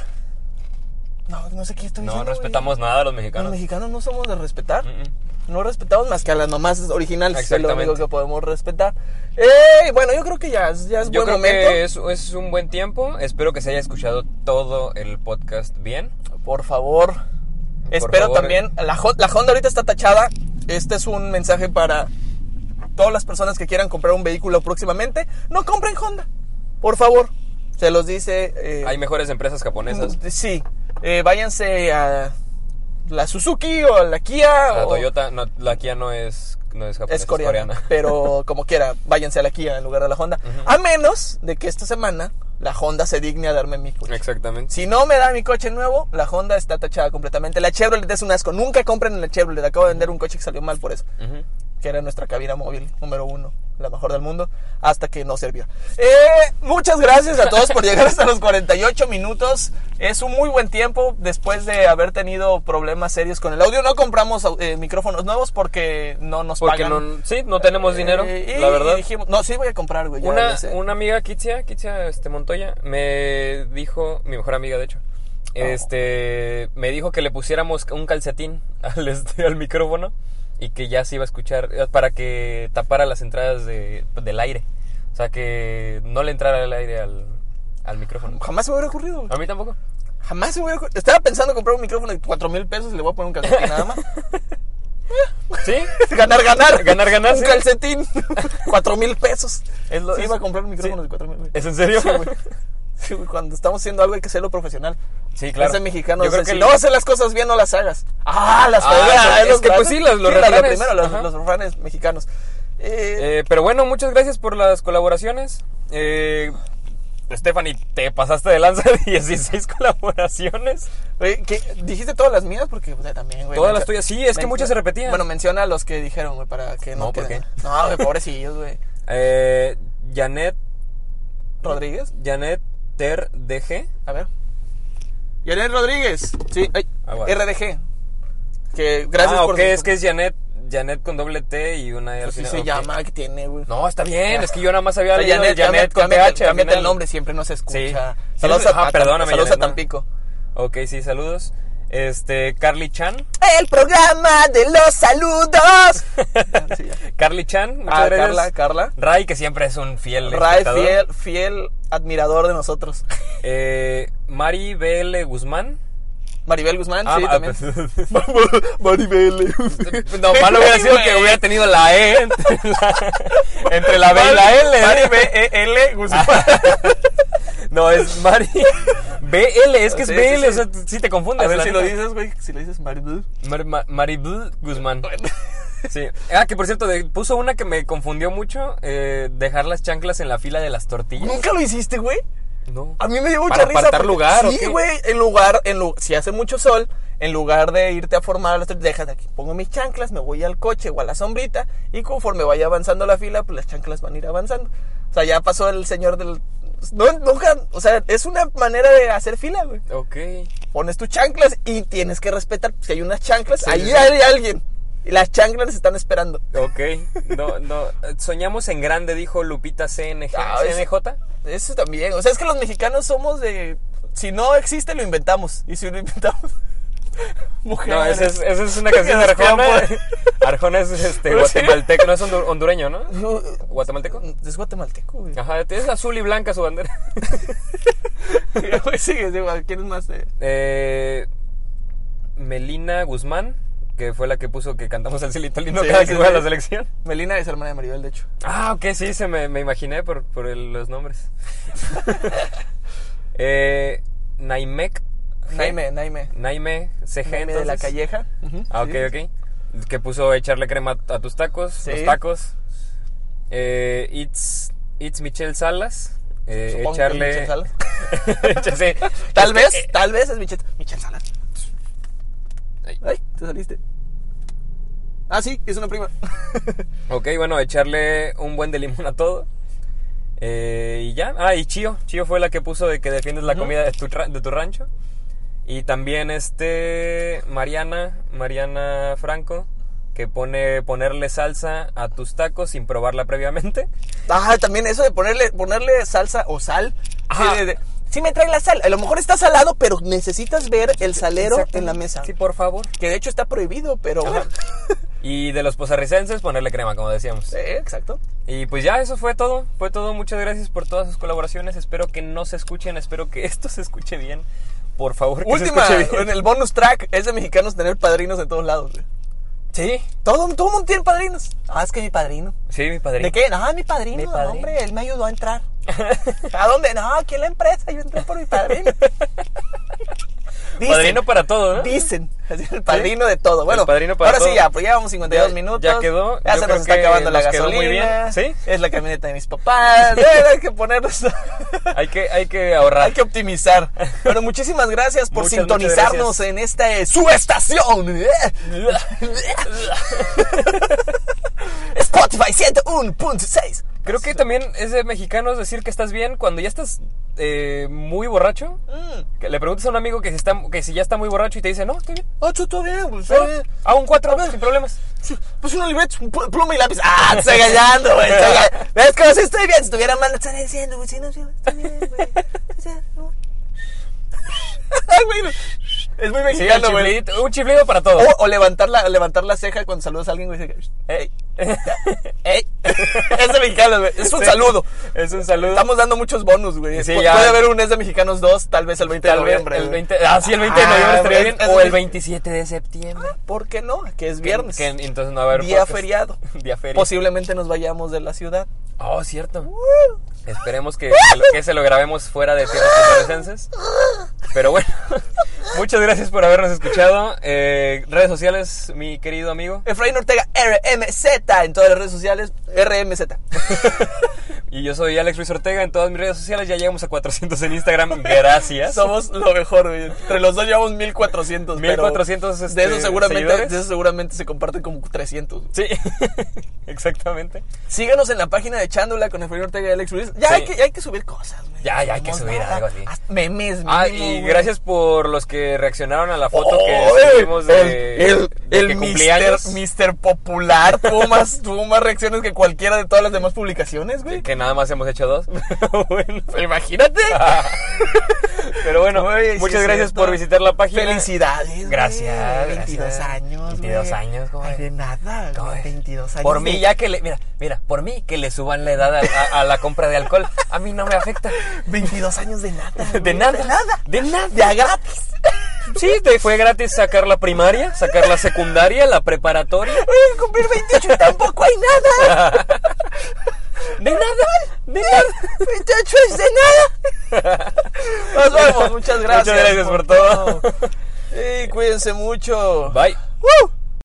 A: No, no sé qué estoy
B: No
A: diciendo. güey.
B: respetamos nada a los
A: Los
B: mexicanos.
A: mexicanos no somos de respetar.
B: Mm-mm.
A: No respetamos más que a las mamás originales. Es lo único
B: Exactamente.
A: que podemos respetar. Eh, bueno, yo creo que ya, es- ya es buen
B: Yo creo
A: momento.
B: que es, es un buen tiempo. Espero que se haya escuchado todo el podcast bien.
A: Por favor. Espero
B: favor.
A: también. La, Hon- la Honda ahorita está tachada. Este es un mensaje para todas las personas que quieran comprar un vehículo próximamente. No compren Honda. Por favor. Se los dice. eh, mm,
B: Hay mejores empresas japonesas.
A: Sí. Eh, váyanse a la Suzuki o a la Kia.
B: La
A: o-
B: Toyota, no, la Kia no es, no es japonesa,
A: Oh. Es coreana, Pero como quiera, váyanse a la Kia en lugar de la Honda. A menos de que esta semana la Honda se digne a darme mi coche.
B: Exactamente.
A: Si no me da mi coche nuevo, la Honda está tachada completamente. La Chevrolet es un asco. Nunca compren la Chevrolet. Acabo de vender un coche que salió mal por eso.
B: Ujú.
A: Que era nuestra cabina móvil número uno. La mejor del mundo. Hasta que no sirvió. Eh, muchas gracias a todos por llegar hasta los 48 minutos. Es un muy buen tiempo después de haber tenido problemas serios con el audio. No compramos eh, micrófonos nuevos porque no nos
B: Porque
A: pagan.
B: no, sí, no tenemos dinero,
A: Eh, y
B: la verdad.
A: dijimos- no, sí voy a comprar, güey. ya
B: Una,
A: lo sé.
B: una amiga, Kitsia, Kitsia este, Montoya, me dijo, mi mejor amiga de hecho,
A: Oh.
B: este, me dijo que le pusiéramos un calcetín al, este, al micrófono y que ya se iba a escuchar eh, para que tapara las entradas de, del aire. O sea, que no le entrara el aire al, al micrófono.
A: Jamás se me hubiera ocurrido, güey.
B: A mí tampoco.
A: Jamás se me hubiera ocurrido. Estaba pensando en comprar un micrófono de 4 mil pesos y le voy a poner un calcetín nada más.
B: ¿Sí?
A: ganar, ganar.
B: Ganar, ganar,
A: Un
B: sí.
A: calcetín. 4 mil pesos.
B: Es lo-
A: Sí,
B: es-
A: iba a comprar un micrófono de 4 mil.
B: ¿Es en serio?
A: Sí, güey. Sí, güey, Cuando estamos haciendo algo hay que hacerlo profesional.
B: Sí, claro.
A: Ese mexicano
B: Yo creo
A: dice,
B: que
A: si
B: el-
A: no haces las cosas bien, no las hagas. Ah, las
B: Ah,
A: ah,
B: es que, pues, sí, los- los refranes.
A: primero, los,
B: Ajá.
A: los refranes mexicanos. Eh,
B: Eh, pero bueno, muchas gracias por las colaboraciones. Eh, Stephanie, te pasaste de lanza 16 colaboraciones.
A: güey, ¿qué? ¿Dijiste todas las mías? Porque o sea, también, güey.
B: Eh. Todas
A: mencio-
B: las tuyas, sí, es que
A: men-
B: muchas se repetían.
A: Bueno, menciona a los que dijeron, güey, para que no
B: No, ¿por
A: queden-
B: qué?
A: No, güey, pobrecillos, güey.
B: Eh, Janet,
A: Rodríguez,
B: Janet Ter DG.
A: a ver. Yanet Rodríguez. Sí, ay,
B: Ah, bueno.
A: RDG. Que gracias
B: ah,
A: por
B: ok, es que es Janet, Janet con doble T y una E al
A: Pues sí
B: final.
A: se
B: ok.
A: llama, que tiene, güey.
B: No, está bien, es que yo nada más había
A: O sea,
B: leído
A: Janet,
B: Janet,
A: Janet,
B: con
A: cámbiate-
B: TH. al
A: cámbiate el
B: final.
A: nombre, siempre no se escucha.
B: Sí.
A: Saludos
B: Siempre-
A: a,
B: ah, perdóname,
A: saludos a
B: Janet, no.
A: Tampico.
B: Ok, sí, saludos. Este, Carly Chan.
A: El programa de los saludos. Ah, sí, ya.
B: Carly Chan, muchas
A: Ah,
B: gracias.
A: Carla, Carla.
B: Ray, que siempre es un fiel
A: Ray,
B: espectador.
A: fiel, fiel admirador de nosotros.
B: Eh, Mari BL Guzmán.
A: Maribel Guzmán,
B: Ah,
A: sí,
B: ah,
A: también.
B: pues,
A: Maribel.
B: no, malo hubiera sido que hubiera tenido la E entre la, entre la B y la L. ¿eh? Ah.
A: Mari B, E, L, Guzmán.
B: No, es Mari BL, es que es
A: Sí, sí,
B: BL,
A: sí.
B: o sea, sí te confundes.
A: A ver
B: la
A: si lo
B: neta.
A: dices, güey. Si lo dices, Maribel.
B: Mar- Ma- Maribel Guzmán. Sí. Ah, que por cierto, de- puso una que me confundió mucho, eh, dejar las chanclas en la fila de las tortillas.
A: Nunca lo hiciste, güey.
B: No.
A: A mí me dio mucha
B: ¿Para
A: risa.
B: apartar
A: porque-
B: lugar o
A: Sí,
B: qué?
A: güey. En lugar, en lu- si hace mucho sol, en lugar de irte a formar a las tres, dejas aquí. Pongo mis chanclas, me voy al coche o a la sombrita. Y conforme vaya avanzando la fila, pues las chanclas van a ir avanzando. O sea, ya pasó el señor del. No, nunca. O sea, es una manera de hacer fila, güey.
B: Ok.
A: Pones tus chanclas y tienes que respetar. Si hay unas chanclas,
B: Sí,
A: ahí
B: sí.
A: hay alguien. Y las chanclas les están esperando.
B: Ok. No, no. eh, Soñamos en grande, dijo Lupita CNG.
A: Ah, es-
B: CNJ.
A: Eso también. O sea, es que los mexicanos somos de. Si no existe, lo inventamos. Y si lo inventamos. Mujer.
B: No, esa es, esa es una canción de
A: Nos
B: Arjona.
A: quedan
B: Arjona es este,
A: Pues Sí.
B: guatemalteco, no es hondu- hondureño, ¿no? ¿Guatemalteco?
A: Es guatemalteco, güey.
B: Ajá, es azul y blanca su bandera.
A: Güey, sigue, sigue, güey. ¿Quién es más? eh?
B: Eh, Melina Guzmán, que fue la que puso que cantamos el Silito Lindo
A: Sí,
B: cada
A: sí,
B: que juega
A: sí.
B: la selección.
A: Melina es hermana de Maribel, de hecho.
B: Ah, ok, sí, se me, me imaginé por, por el- los nombres. eh, Naimek.
A: Naime, Naime.
B: Naime CG.
A: Naime de la
B: entonces.
A: Calleja. Ujú,
B: Ah, ok,
A: sí.
B: ok. Que puso echarle crema a tus tacos,
A: Sí.
B: los tacos. Eh, it's, it's Michelle Salas. eh,
A: Supongo que
B: echarle.
A: es Michelle Salas.
B: Sí.
A: Tal
B: Es que,
A: vez,
B: eh,
A: tal vez es Michelle. Michelle Salas.
B: Ay.
A: Ay, te saliste. Ah, sí, es una prima.
B: ok, bueno, echarle un buen de limón a todo. Eh, y ya. Ah, y Chio. Chio fue la que puso de que defiendes la comida de tu, ra- de tu rancho. Y también este. Mariana. Mariana Franco. Que pone ponerle salsa a tus tacos sin probarla previamente.
A: Ah, también eso de ponerle, ponerle salsa o sal.
B: Ajá.
A: Sí, de- de- sí me trae la sal. A lo mejor está salado, pero necesitas ver el salero en la mesa.
B: Sí, por favor.
A: Que de hecho está prohibido, pero bueno.
B: Y de los posarricenses, ponerle crema, como decíamos.
A: Sí, exacto.
B: Y pues ya, eso fue todo. Fue todo. Muchas gracias por todas sus colaboraciones. Espero que no se escuchen. Espero que esto se escuche bien. Por favor, que
A: Última,
B: se escuche
A: en
B: bien.
A: el bonus track es de mexicanos tener padrinos en todos lados. güey.
B: Sí,
A: Todo, todo mundo tiene padrinos. Ah, es que mi padrino.
B: sí, mi padrino.
A: ¿De qué? Ah, mi padrino,
B: Mi padrino.
A: hombre, él me ayudó a entrar. ¿A dónde? No, aquí en la empresa, yo entré por mi padrino. Dicen,
B: Padrino para todo, ¿no?
A: Dicen, así, el padrino de todo. Bueno,
B: ¿Eh? padrino para
A: ahora sí
B: todo.
A: ya, pues ya vamos 52
B: Ya-
A: minutos.
B: ya quedó.
A: Ya
B: Yo
A: se
B: creo
A: nos está
B: que
A: acabando la
B: nos quedó muy
A: gasolina.
B: bien. ¿Sí?
A: Es la camioneta de mis papás. eh, hay que ponernos...
B: Hay que, hay que ahorrar.
A: Hay que optimizar. Bueno, muchísimas gracias por
B: Muchas, muchas
A: sintonizarnos
B: gracias.
A: en esta eh, su estación. eh. Spotify 101.6.
B: Creo que también es de mexicanos decir que estás bien cuando ya estás eh, muy borracho.
A: Mm.
B: Que le preguntas a un amigo que si, está, que si ya está muy borracho y te dice, no, estoy bien.
A: Ah, tú todo bien, pues,
B: Pero,
A: eh,
B: a un cuatro, sin problemas.
A: sí, pues una libreta, pl- pluma y lápiz. Ah, te estoy engañando, güey. estoy engañando. ¿Ves cómo si estoy bien? Si estuviera mal, no estaría diciendo, güey. Si no, sí, estoy bien, güey. O sea, no. Ay, güey. Es muy
B: Sí, un
A: mexicano, güey.
B: chiflido, un chiflido para todo.
A: O, o levantar, la, levantar la ceja cuando saludas a alguien, güey. así que,
B: Ey.
A: ¡Ey! es de mexicanos, güey. Es un
B: Sí.
A: saludo.
B: Es un saludo.
A: Estamos dando muchos bonus, güey.
B: Sí,
A: Pu-
B: ya.
A: Puede haber un Es de Mexicanos 2, tal vez el 20 de
B: Tal vez
A: noviembre.
B: el
A: güey.
B: 20, ah, sí, el 20 de
A: Ah,
B: noviembre estaría
A: es-
B: bien.
A: es
B: o
A: el
B: el 27 de septiembre.
A: ¿Por qué no? Que es
B: Que-
A: viernes.
B: que entonces no va a haber
A: día
B: podcast.
A: feriado.
B: Día feriado.
A: Posiblemente nos vayamos de la ciudad.
B: Oh, cierto.
A: Uh.
B: Esperemos que, que lo- que se lo grabemos fuera de tierras costarricenses. Pero bueno, muchas gracias por habernos escuchado. Eh, redes sociales, mi querido amigo.
A: Efraín Ortega, RMZ, en todas las redes sociales, RMZ.
B: Y yo soy Alex Ruiz Ortega en todas mis redes sociales. Ya llegamos a 400 en Instagram. Gracias.
A: Somos lo mejor, güey. Entre los dos llevamos 1400. pero
B: 1400,
A: de eso
B: este,
A: seguramente,
B: seguidores.
A: de eso seguramente se comparten como 300. güey.
B: Sí, exactamente.
A: Síganos en la página de Chándula con Efraín Ortega y Alex Ruiz. Ya,
B: Sí.
A: hay, que, ya hay que subir cosas, güey.
B: Ya, ya hay que
A: Hacemos
B: subir
A: nada.
B: algo así.
A: Haz Memes,
B: Ah,
A: mínimo,
B: y
A: güey.
B: gracias por los que reaccionaron a la foto
A: ¡Oh,
B: que subimos
A: el-
B: de,
A: el,
B: de
A: el
B: que
A: Mr.
B: cumplí años.
A: Mr. Popular tuvo más, tuvo más reacciones que cualquiera de todas las demás publicaciones, güey.
B: Que nada más hemos hecho dos. Pero bueno.
A: Imagínate.
B: Pero bueno,
A: Güey, sí
B: muchas
A: es
B: gracias
A: cierto.
B: por visitar la página.
A: Felicidades. güey.
B: Gracias,
A: 22
B: gracias.
A: años.
B: 22
A: güey.
B: años, güey.
A: Ay, de nada. güey,
B: Ay,
A: 22 años.
B: Por mí
A: de-
B: ya que le... Mira, mira, por mí que le suban la edad a, a- a la compra de alcohol. A mí no me afecta.
A: 22 años de nada. güey,
B: De nada.
A: De nada.
B: De nada.
A: De a gratis.
B: Sí, te fue gratis sacar la primaria, sacar la secundaria, la preparatoria.
A: Ay, Cumplir 28 tampoco hay nada.
B: De nada, de nada.
A: 28 es de nada. Nos vamos. Muchas gracias.
B: Muchas gracias por todo.
A: Sí, cuídense mucho.
B: Bye.
A: Woo.